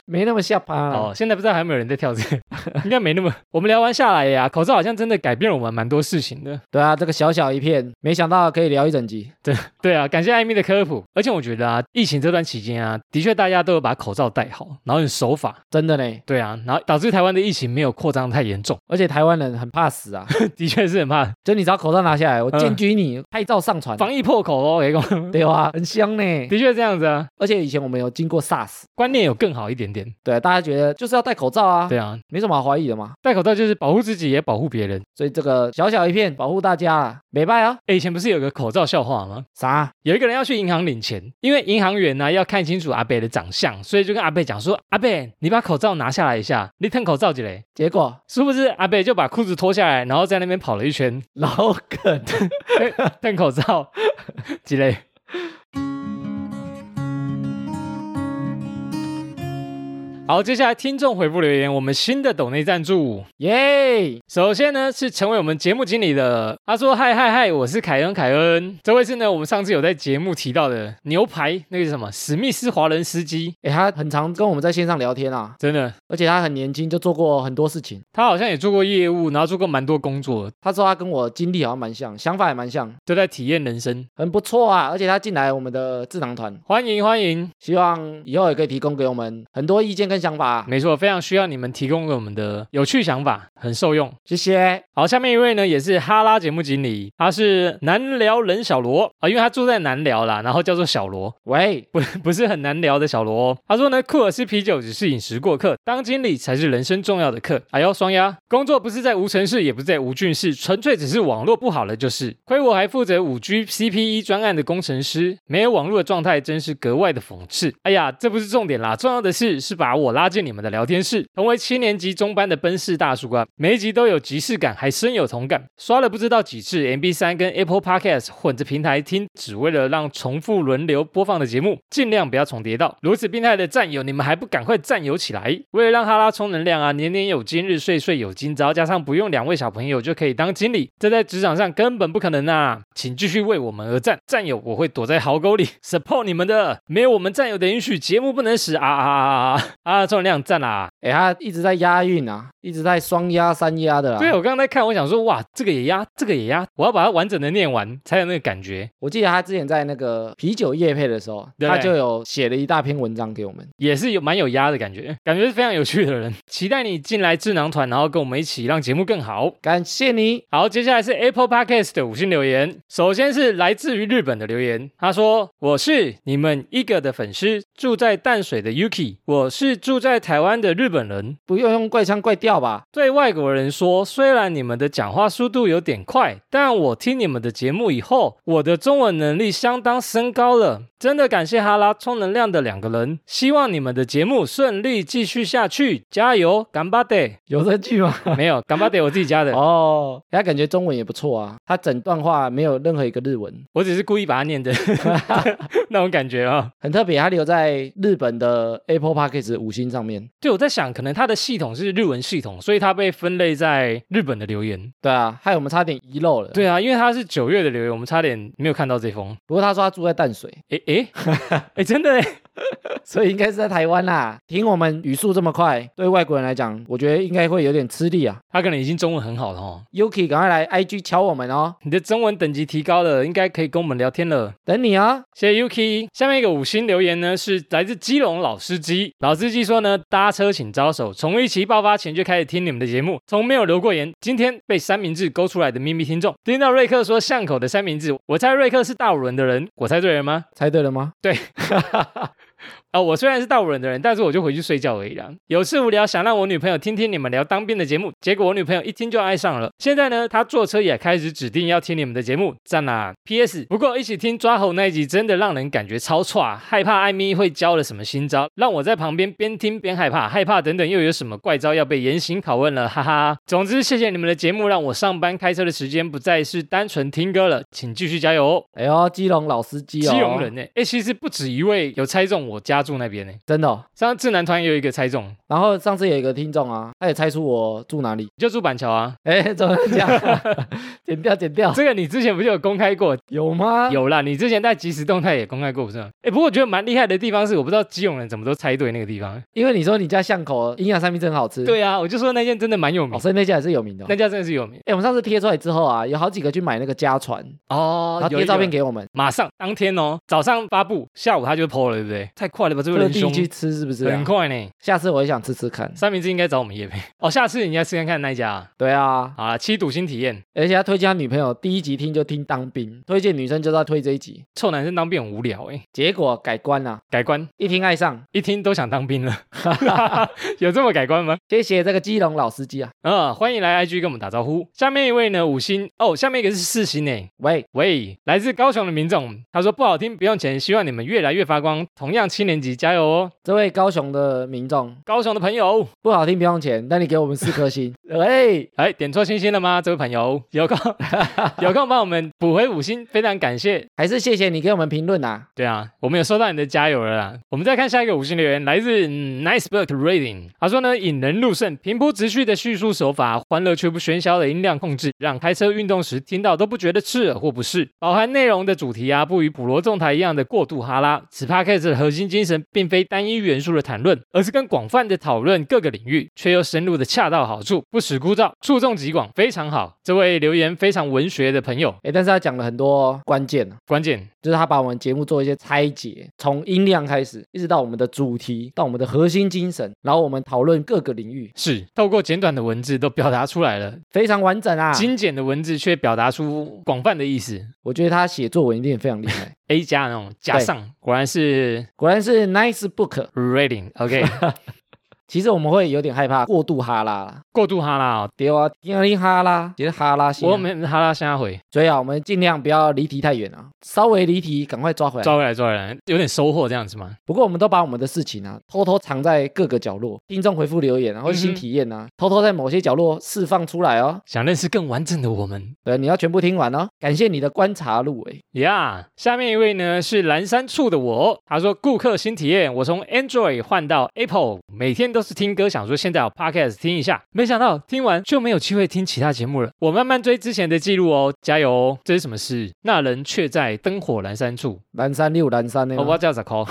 [SPEAKER 2] 没那么下趴。
[SPEAKER 1] 哦，现在不知道还有没有人在跳这个， 应该没那么。我们聊完下来呀、口罩好像真的改变了我们蛮多事情的。
[SPEAKER 2] 对啊，这个小小一片，没想到可以聊一整集。
[SPEAKER 1] 对啊，感谢艾米的科普。而且我觉得啊，疫情这段期间啊，的确大家都有把口罩戴好，然后很守法。
[SPEAKER 2] 真的呢，
[SPEAKER 1] 对啊，然后导致台湾的疫情没有扩张太严重，
[SPEAKER 2] 而且台湾人很怕死啊，
[SPEAKER 1] 的确是很怕
[SPEAKER 2] 就你只要口罩拿下来，我
[SPEAKER 1] 嗯
[SPEAKER 2] 检举你，拍照上传。
[SPEAKER 1] 防疫破口哦，雷公。
[SPEAKER 2] 对啊，很香呢。
[SPEAKER 1] 的确这样子啊，
[SPEAKER 2] 而且以前我们有经过 SARS，
[SPEAKER 1] 观念有更好一点点。
[SPEAKER 2] 对啊，大家觉得就是要戴口罩啊，
[SPEAKER 1] 对啊，
[SPEAKER 2] 没什么好怀疑的嘛。
[SPEAKER 1] 戴口罩就是保护自己也保护别人。
[SPEAKER 2] 所以这个小小一片保护大家啊，没拜啊，
[SPEAKER 1] 哎，以前不是有个口罩笑话吗？
[SPEAKER 2] 啥？
[SPEAKER 1] 有一个人要去银行领钱，因为银行员呢要看清楚阿贝的长相，所以就跟阿贝讲说：“阿贝，你把口罩拿下来一下，你吞口罩起来。
[SPEAKER 2] 结果”
[SPEAKER 1] 殊不知阿贝就把裤子脱下来，然后在那边跑了一圈，
[SPEAKER 2] 老梗，
[SPEAKER 1] 吞口罩之类。好，接下来听众回复留言，我们新的抖内赞助，
[SPEAKER 2] 耶！
[SPEAKER 1] 首先呢是成为我们节目经理的，他说：“嗨嗨嗨，我是凯恩凯恩。”这位是呢我们上次有在节目提到的牛排，那个是什么史密斯华人司机，
[SPEAKER 2] 哎，他很常跟我们在线上聊天啊，
[SPEAKER 1] 真的，
[SPEAKER 2] 而且他很年轻就做过很多事情。
[SPEAKER 1] 他好像也做过业务，然后做过蛮多工作，
[SPEAKER 2] 他说他跟我经历好像蛮像，想法也蛮像，
[SPEAKER 1] 都在体验人生。
[SPEAKER 2] 很不错啊。而且他进来我们的智囊团，
[SPEAKER 1] 欢迎欢迎，
[SPEAKER 2] 希望以后也可以提供给我们很多意见跟想法啊。
[SPEAKER 1] 没错，非常需要你们提供给我们的有趣想法，很受用。
[SPEAKER 2] 谢谢。
[SPEAKER 1] 好，下面一位呢也是哈拉节目经理，他是南辽人小罗啊，因为他住在南辽啦，然后叫做小罗，
[SPEAKER 2] 喂，
[SPEAKER 1] 不 不是很难聊的小罗、哦。他说呢，库尔斯啤酒只是饮食过客，当经理才是人生重要的课。哎呦，双鸭，工作不是在无城市，也不是在无郡市，纯粹只是网络不好了就是。亏我还负责五 G CPE 专案的工程师，没有网络的状态真是格外的讽刺。哎呀，这不是重点啦，重要的是是把我拉进你们的聊天室，同为七年级中班的奔四大叔啊，每一集都有即视感，还深有同感。刷了不知道几次 MB 三跟 Apple Podcast 混着平台听，只为了让重复轮流播放的节目尽量不要重叠到。如此病态的占有，你们还不赶快占有起来？为了让哈拉充能量啊，年年有今日，岁岁有今朝，加上不用两位小朋友就可以当经理，这在职场上根本不可能啊！请继续为我们而战，战友我会躲在壕沟里 support 你们的，没有我们战友的允许，节目不能死啊啊啊啊啊！啊，充能量赞啦！
[SPEAKER 2] 哎，他一直在押韵啊，一直在双押三押的啦。
[SPEAKER 1] 对，我刚刚在看，我想说，哇，这个也压，这个也压，我要把它完整的念完才有那个感觉。
[SPEAKER 2] 我记得他之前在那个啤酒业配的时候，
[SPEAKER 1] 对
[SPEAKER 2] 他就有写了一大篇文章给我们。
[SPEAKER 1] 也是有蛮有压的感觉，感觉是非常有趣的人。 期待你进来智囊团，然后跟我们一起让节目更好。
[SPEAKER 2] 感谢你，
[SPEAKER 1] 好，接下来是 Apple Podcast 的五星留言。首先是来自于日本的留言，他说：“我是你们一个的粉丝，住在淡水的 Yuki，我是住在台湾的日本人。
[SPEAKER 2] 不用用怪腔怪调吧？
[SPEAKER 1] 对外国人说，虽然你们的讲话速度有点快，但我听你们的节目以后，我的中文能力相当升高了。真的感谢哈拉充能量的两个人，希望你们的节目顺利继续下去，加油，干巴得！
[SPEAKER 2] 有这句吗？
[SPEAKER 1] 没有，干巴得，我自己加的，
[SPEAKER 2] 哦，他感觉中文也不错啊，他整段话没有任何一个日文，
[SPEAKER 1] 我只是故意把它念的那种感觉啊、
[SPEAKER 2] 很特别。他留在日本的 Apple Podcast 五星上面。
[SPEAKER 1] 对，我在想，可能它的系统是日文系统，所以它被分类在日本的留言。
[SPEAKER 2] 对啊，害我们差点遗漏了。，
[SPEAKER 1] 对啊，因为它是九月的留言，我们差点没有看到这封。
[SPEAKER 2] 不过他说他住在淡水，
[SPEAKER 1] 诶诶诶，真的诶
[SPEAKER 2] 所以应该是在台湾啦。听我们语速这么快，对外国人来讲，我觉得应该会有点吃力啊。
[SPEAKER 1] 他可能已经中文很好了哦。
[SPEAKER 2] Yuki，赶快来 IG 敲我们哦，
[SPEAKER 1] 你的中文等级提高了，应该可以跟我们聊天了。
[SPEAKER 2] 等你哦。
[SPEAKER 1] 谢谢 Yuki。下面一个五星留言呢，是来自基隆老司机。老司机说呢，搭车请招手。从疫情爆发前就开始听你们的节目，从没有留过言。今天被三明治勾出来的秘密听众，听到瑞克说巷口的三明治，我猜瑞克是大五轮的人，我猜对了吗？
[SPEAKER 2] 猜对了吗？
[SPEAKER 1] 对，啊、我虽然是大五人的人，但是我就回去睡觉而已啦。有次无聊，想让我女朋友听听你们聊当兵的节目，结果我女朋友一听就爱上了。现在呢，她坐车也开始指定要听你们的节目，赞啦！P.S. 不过一起听抓猴那一集真的让人感觉超差，害怕艾米会教了什么新招，让我在旁边边听边害怕，害怕等等又有什么怪招要被严刑拷问了，哈哈。总之，谢谢你们的节目，让我上班开车的时间不再是单纯听歌了，请继续加油哦。
[SPEAKER 2] 哎呦，基隆老司机哦，
[SPEAKER 1] 基隆人呢、哎、其实不止一位有猜中我家住那边呢、欸
[SPEAKER 2] 真的哦、
[SPEAKER 1] 像智南团也有一个猜中，
[SPEAKER 2] 然后上次有一个听众啊，他也猜出我住哪里，
[SPEAKER 1] 你就住板桥啊。
[SPEAKER 2] 哎，怎么会这样？ 剪掉，剪掉，
[SPEAKER 1] 这个你之前不就有公开过？
[SPEAKER 2] 有吗？，
[SPEAKER 1] 有啦，你之前在即时动态也公开过，不是吗？哎，不过我觉得蛮厉害的地方是，我不知道基隆人怎么都猜对那个地方。
[SPEAKER 2] 因为你说你家巷口营养三明治很好吃，，
[SPEAKER 1] 对啊，我就说那间真的蛮有名，
[SPEAKER 2] 哦，所以那家也是有名的哦、
[SPEAKER 1] 那家真的是有名
[SPEAKER 2] 哎、我们上次贴出来之后啊，有好几个去买那个家传，
[SPEAKER 1] 哦
[SPEAKER 2] 然后贴照片，给我们，
[SPEAKER 1] 马上当天哦，早上发布，下午他就 PO 了，对不对？太快了吧，这位
[SPEAKER 2] 特
[SPEAKER 1] 仁
[SPEAKER 2] 地
[SPEAKER 1] 兄。
[SPEAKER 2] 去吃是不是、
[SPEAKER 1] 很
[SPEAKER 2] 啊？
[SPEAKER 1] 快呢，
[SPEAKER 2] 下次我也想吃吃看。
[SPEAKER 1] 三明治应该找我们叶配哦。下次你应该试看看那一家啊，
[SPEAKER 2] 对啊，
[SPEAKER 1] 好啦，七赌新体验，
[SPEAKER 2] 而且他推荐他女朋友第一集听就听当兵，推荐女生就要推这一集，
[SPEAKER 1] 臭男生当兵很无聊哎，
[SPEAKER 2] 结果改观啦、啊，
[SPEAKER 1] 改观，
[SPEAKER 2] 一听爱上，
[SPEAKER 1] 一听都想当兵了， 有这么改观吗？
[SPEAKER 2] 谢谢这个基隆老司机啊。
[SPEAKER 1] 啊、欢迎来 IG 跟我们打招呼。下面一位呢，五星哦，下面一个是四星呢。
[SPEAKER 2] 喂，
[SPEAKER 1] 喂，来自高雄的民众，他说不好听不用钱，希望你们越来越发光。同样七年级加油哦，
[SPEAKER 2] 这位高雄的民众，
[SPEAKER 1] 高雄的朋友，
[SPEAKER 2] 不好听不用钱，但你给我们四 颗星。喂，
[SPEAKER 1] 哎，点错星星了吗？这位朋友有空有空帮我们补回五星，非常感谢。
[SPEAKER 2] 还是谢谢你给我们评论啊。
[SPEAKER 1] 对啊，我们有收到你的加油了啦。我们再看下一个五星留言，来自、嗯 Nice Book Reading，他说呢，引人入胜，平铺直叙的叙述手法，欢乐却不喧嚣的音量控制，让开车运动时听到都不觉得刺耳或不适。饱含内容的主题啊，不与普罗众台一样的过度哈拉。此 podcast 的核心精神并非单一元素的谈论，而是更广泛的讨论各个领域，却又深入的恰到好处，不使枯燥，触众极广，非常好。这位留言非常文学的朋友，
[SPEAKER 2] 哎，但是他讲了很多关键啊，
[SPEAKER 1] 关键
[SPEAKER 2] 就是他把我们节目做一些拆解，从音量开始，一直到我们的主题，到我们的核心精神，然后我们讨论各个领域，
[SPEAKER 1] 是透过简短的文字都表达出来了。
[SPEAKER 2] 非常完整啊。
[SPEAKER 1] 精简的文字却表达出广泛的意思。
[SPEAKER 2] 我觉得他写作文一定非常厉害，
[SPEAKER 1] A 加那种加上，果然是
[SPEAKER 2] 果然是 nice book。
[SPEAKER 1] reading。OK，
[SPEAKER 2] 其实我们会有点害怕过度哈拉啦，
[SPEAKER 1] 过度哈拉、 哦，
[SPEAKER 2] 对啊，听听哈拉，其实哈拉先啊
[SPEAKER 1] 我们哈拉下回
[SPEAKER 2] 所以啊，我们尽量不要离题太远啊，稍微离题赶快抓回来。
[SPEAKER 1] 抓回来，抓回来，有点收获这样子吗？
[SPEAKER 2] 不过我们都把我们的事情啊，偷偷藏在各个角落，听众回复留言啊，然后新
[SPEAKER 1] 嗯哼
[SPEAKER 2] 体验啊，偷偷在某些角落释放出来哦。
[SPEAKER 1] 想认识更完整的我们。
[SPEAKER 2] 对，你要全部听完哦。感谢你的观察入围，
[SPEAKER 1] 呀、下面一位呢是蓝山处的我，他说顾客新体验，我从 Android 换到 Apple，每天都是听歌，想说现在有 Podcast 听一下，没想到听完就没有机会听其他节目了。我慢慢追之前的记录哦，加油哦！这是什么事？那人却在灯火阑珊处，
[SPEAKER 2] 蓝山六蓝山那
[SPEAKER 1] 哦、我要
[SPEAKER 2] 个，
[SPEAKER 1] 叫啥 call？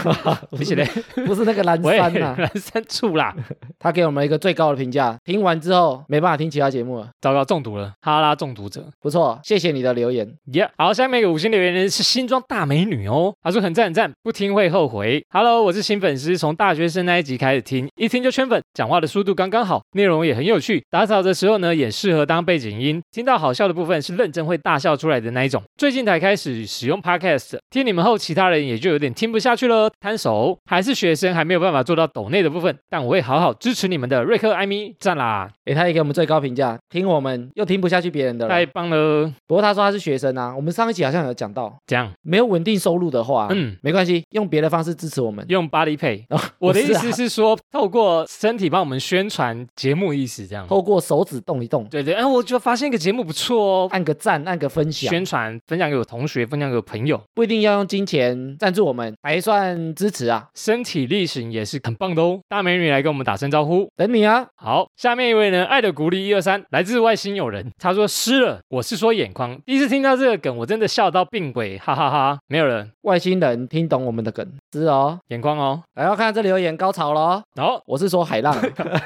[SPEAKER 1] 不 是嘞，
[SPEAKER 2] 不是那个蓝
[SPEAKER 1] 我也
[SPEAKER 2] 山呐、
[SPEAKER 1] 阑珊处啦，
[SPEAKER 2] 他给我们一个最高的评价，听完之后没办法听其他节目了，
[SPEAKER 1] 糟糕，中毒了，哈拉中毒者。
[SPEAKER 2] 不错，谢谢你的留言。
[SPEAKER 1] 耶、好，下面一个五星留言呢是新装大美女哦，她说很赞很赞，不听会后悔。Hello，我是新粉丝，从大学生那一集开始听，一听就圈粉，讲话的速度刚刚好，内容也很有趣，打扫的时候呢也适合当背景音，听到好笑的部分是认真会大笑出来的那一种。最近才开始使用 Podcast，听你们后，其他人也就有点听不下去了，摊手，还是学生还没有办法做到抖内的部分，但我会好好支持你们的。瑞克、艾米，赞啦，
[SPEAKER 2] 诶，他也给我们最高评价，听我们又听不下去别人的
[SPEAKER 1] 太
[SPEAKER 2] 了。
[SPEAKER 1] 棒了，
[SPEAKER 2] 不过他说他是学生啊，我们上一集好像有讲到，
[SPEAKER 1] 这样
[SPEAKER 2] 没有稳定收入的话，
[SPEAKER 1] 嗯
[SPEAKER 2] 嗯，没关系，用别的方式支持我们。
[SPEAKER 1] 用 Body Pay。
[SPEAKER 2] 哦
[SPEAKER 1] 我的意
[SPEAKER 2] 不
[SPEAKER 1] 思
[SPEAKER 2] 是啊
[SPEAKER 1] 是说，透过身体帮我们宣传节目意思，这样。
[SPEAKER 2] 透过手指动一动，
[SPEAKER 1] 对对，哎，我就发现一个节目不错哦，
[SPEAKER 2] 按个赞，按个分享，
[SPEAKER 1] 宣传分享给我同学，分享给我朋友。
[SPEAKER 2] 不一定要用金钱赞助我们，还算支持啊。
[SPEAKER 1] 身体力行也是很棒的哦，大美女来跟我们打声招呼。
[SPEAKER 2] 等你啊，
[SPEAKER 1] 好，下面一位呢，爱的鼓励一二三，来自外星友人，他说湿了，我是说眼眶。第一次听到这个梗，我真的笑到病鬼，哈哈哈没有人
[SPEAKER 2] 外星人听懂我们的梗，是哦。
[SPEAKER 1] 眼眶哦，
[SPEAKER 2] 来，要看这留言高潮喽！
[SPEAKER 1] 然、后
[SPEAKER 2] 我是说海浪，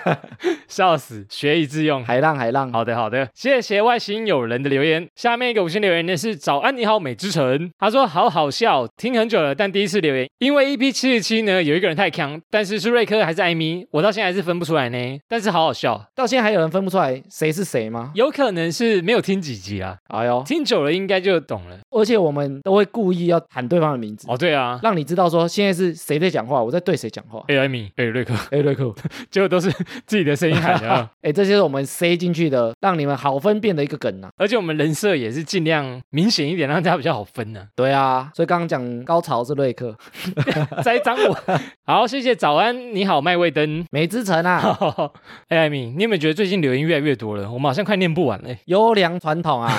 [SPEAKER 2] 啊
[SPEAKER 1] 笑死，学以致用。
[SPEAKER 2] 海浪，海浪。
[SPEAKER 1] 好的，好的，谢谢外星友人的留言。下面一个五星留言呢是“早安你好美之城”，他说好好笑，听很久了，但第一次留言，因为 EP 七十七呢有一个人太强，但是是瑞科还是艾米，我到现在还是分不出来呢。但是好好笑，
[SPEAKER 2] 到现在还有人分不出来谁是谁吗？
[SPEAKER 1] 有可能是没有听几集啊，
[SPEAKER 2] 哎呦，
[SPEAKER 1] 听久了应该就懂了。
[SPEAKER 2] 而且我们都会故意要喊对方的名字，
[SPEAKER 1] 哦，对啊，
[SPEAKER 2] 让你知道说现在是谁在讲话，我在对谁讲话。
[SPEAKER 1] 哎，艾米，哎，瑞克，
[SPEAKER 2] 哎，瑞克，
[SPEAKER 1] 结果都是自己的声音喊的啊。
[SPEAKER 2] 哎，这些是我们塞进去的，让你们好分辨的一个梗呐、啊。
[SPEAKER 1] 而且我们人设也是尽量明显一点，让大家比较好分呢、
[SPEAKER 2] 对啊，所以刚刚讲高潮是瑞克，
[SPEAKER 1] 栽赃我。好，谢谢早安，你好，麦味登。
[SPEAKER 2] 美之 城啊，
[SPEAKER 1] 哎，艾米，你有没有觉得最近留言越来越多了？我们好像快念不完了欸。
[SPEAKER 2] 优良传 统啊，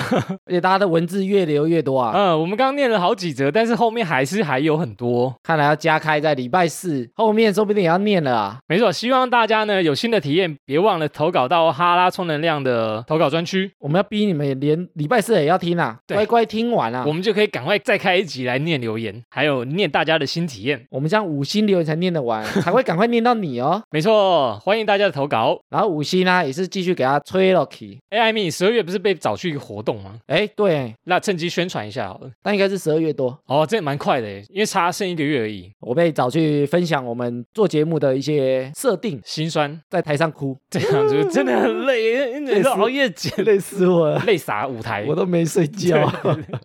[SPEAKER 2] 而且大家的文字越留越多啊，
[SPEAKER 1] 嗯，我们刚刚念了好几则，但是后面还是还有很多。
[SPEAKER 2] 看来要加开在礼拜四后面，说不定也要念了啊。
[SPEAKER 1] 没错，希望大家呢有新的体验，别忘了投稿到哈拉充能量的投稿专区，
[SPEAKER 2] 我们要逼你们连礼拜四也要听啊，
[SPEAKER 1] 对
[SPEAKER 2] 乖乖听完啊。
[SPEAKER 1] 我们就可以赶快再开一集来念留言，还有念大家的新体验。
[SPEAKER 2] 我们这样五星留言才念得 完，才会赶快念到你哦。
[SPEAKER 1] 没错，欢迎大家的投稿。
[SPEAKER 2] 然后五星呢、啊也是继续给他吹了起。
[SPEAKER 1] 哎，艾米，十二月不是被找去一个活动吗？
[SPEAKER 2] 哎，对，
[SPEAKER 1] 那趁机宣传一下好了。
[SPEAKER 2] 但应该是十二月多，
[SPEAKER 1] 哦，这蛮快的耶，因为差剩一个月而已。
[SPEAKER 2] 我被找去分享我们做节目的一些设定，
[SPEAKER 1] 心酸，
[SPEAKER 2] 在台上哭，
[SPEAKER 1] 这样子真的很累，每次熬夜剪，
[SPEAKER 2] 累死我了，
[SPEAKER 1] 累傻舞台。
[SPEAKER 2] 我都没睡觉。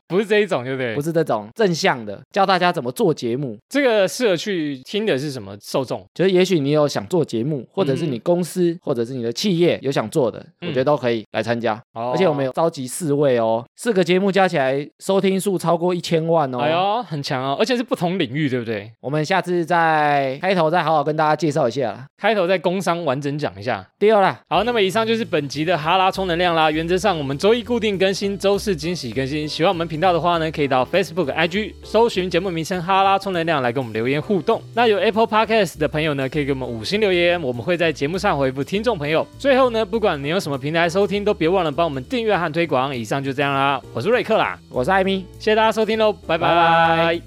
[SPEAKER 1] 不是这一种，对不对？
[SPEAKER 2] 不是这种正向的，教大家怎么做节目。
[SPEAKER 1] 这个适合去听的是什么受众？
[SPEAKER 2] 就是也许你有想做节目，或者是
[SPEAKER 1] 嗯
[SPEAKER 2] 你公司，或者是你的企业有想做的，我
[SPEAKER 1] 嗯
[SPEAKER 2] 觉得都可以来参加。
[SPEAKER 1] 哦
[SPEAKER 2] 而且我们有召集四位哦，四个节目加起来收听数超过一千万哦。
[SPEAKER 1] 哎呦，很强哦，而且是不同领域，对不对？
[SPEAKER 2] 我们下次再开头再好好跟大家介绍一下啦。
[SPEAKER 1] 开头在工商完整讲一下。
[SPEAKER 2] 第二啦，
[SPEAKER 1] 好，那么以上就是本集的哈拉充能量啦。原则上我们周一固定更新，周四惊喜更新。喜欢我们频道的话呢，可以到 Facebook、IG 搜寻节目名称“哈拉充能量”来跟我们留言互动。那有 Apple Podcast 的朋友呢，可以给我们五星留言，我们会在节目上回复听众朋友。最后呢，不管你用什么平台收听，都别忘了帮我们订阅和推广。以上就这样啦，我是瑞克啦，
[SPEAKER 2] 我是艾米，
[SPEAKER 1] 谢谢大家收听喽，拜
[SPEAKER 2] 拜
[SPEAKER 1] 拜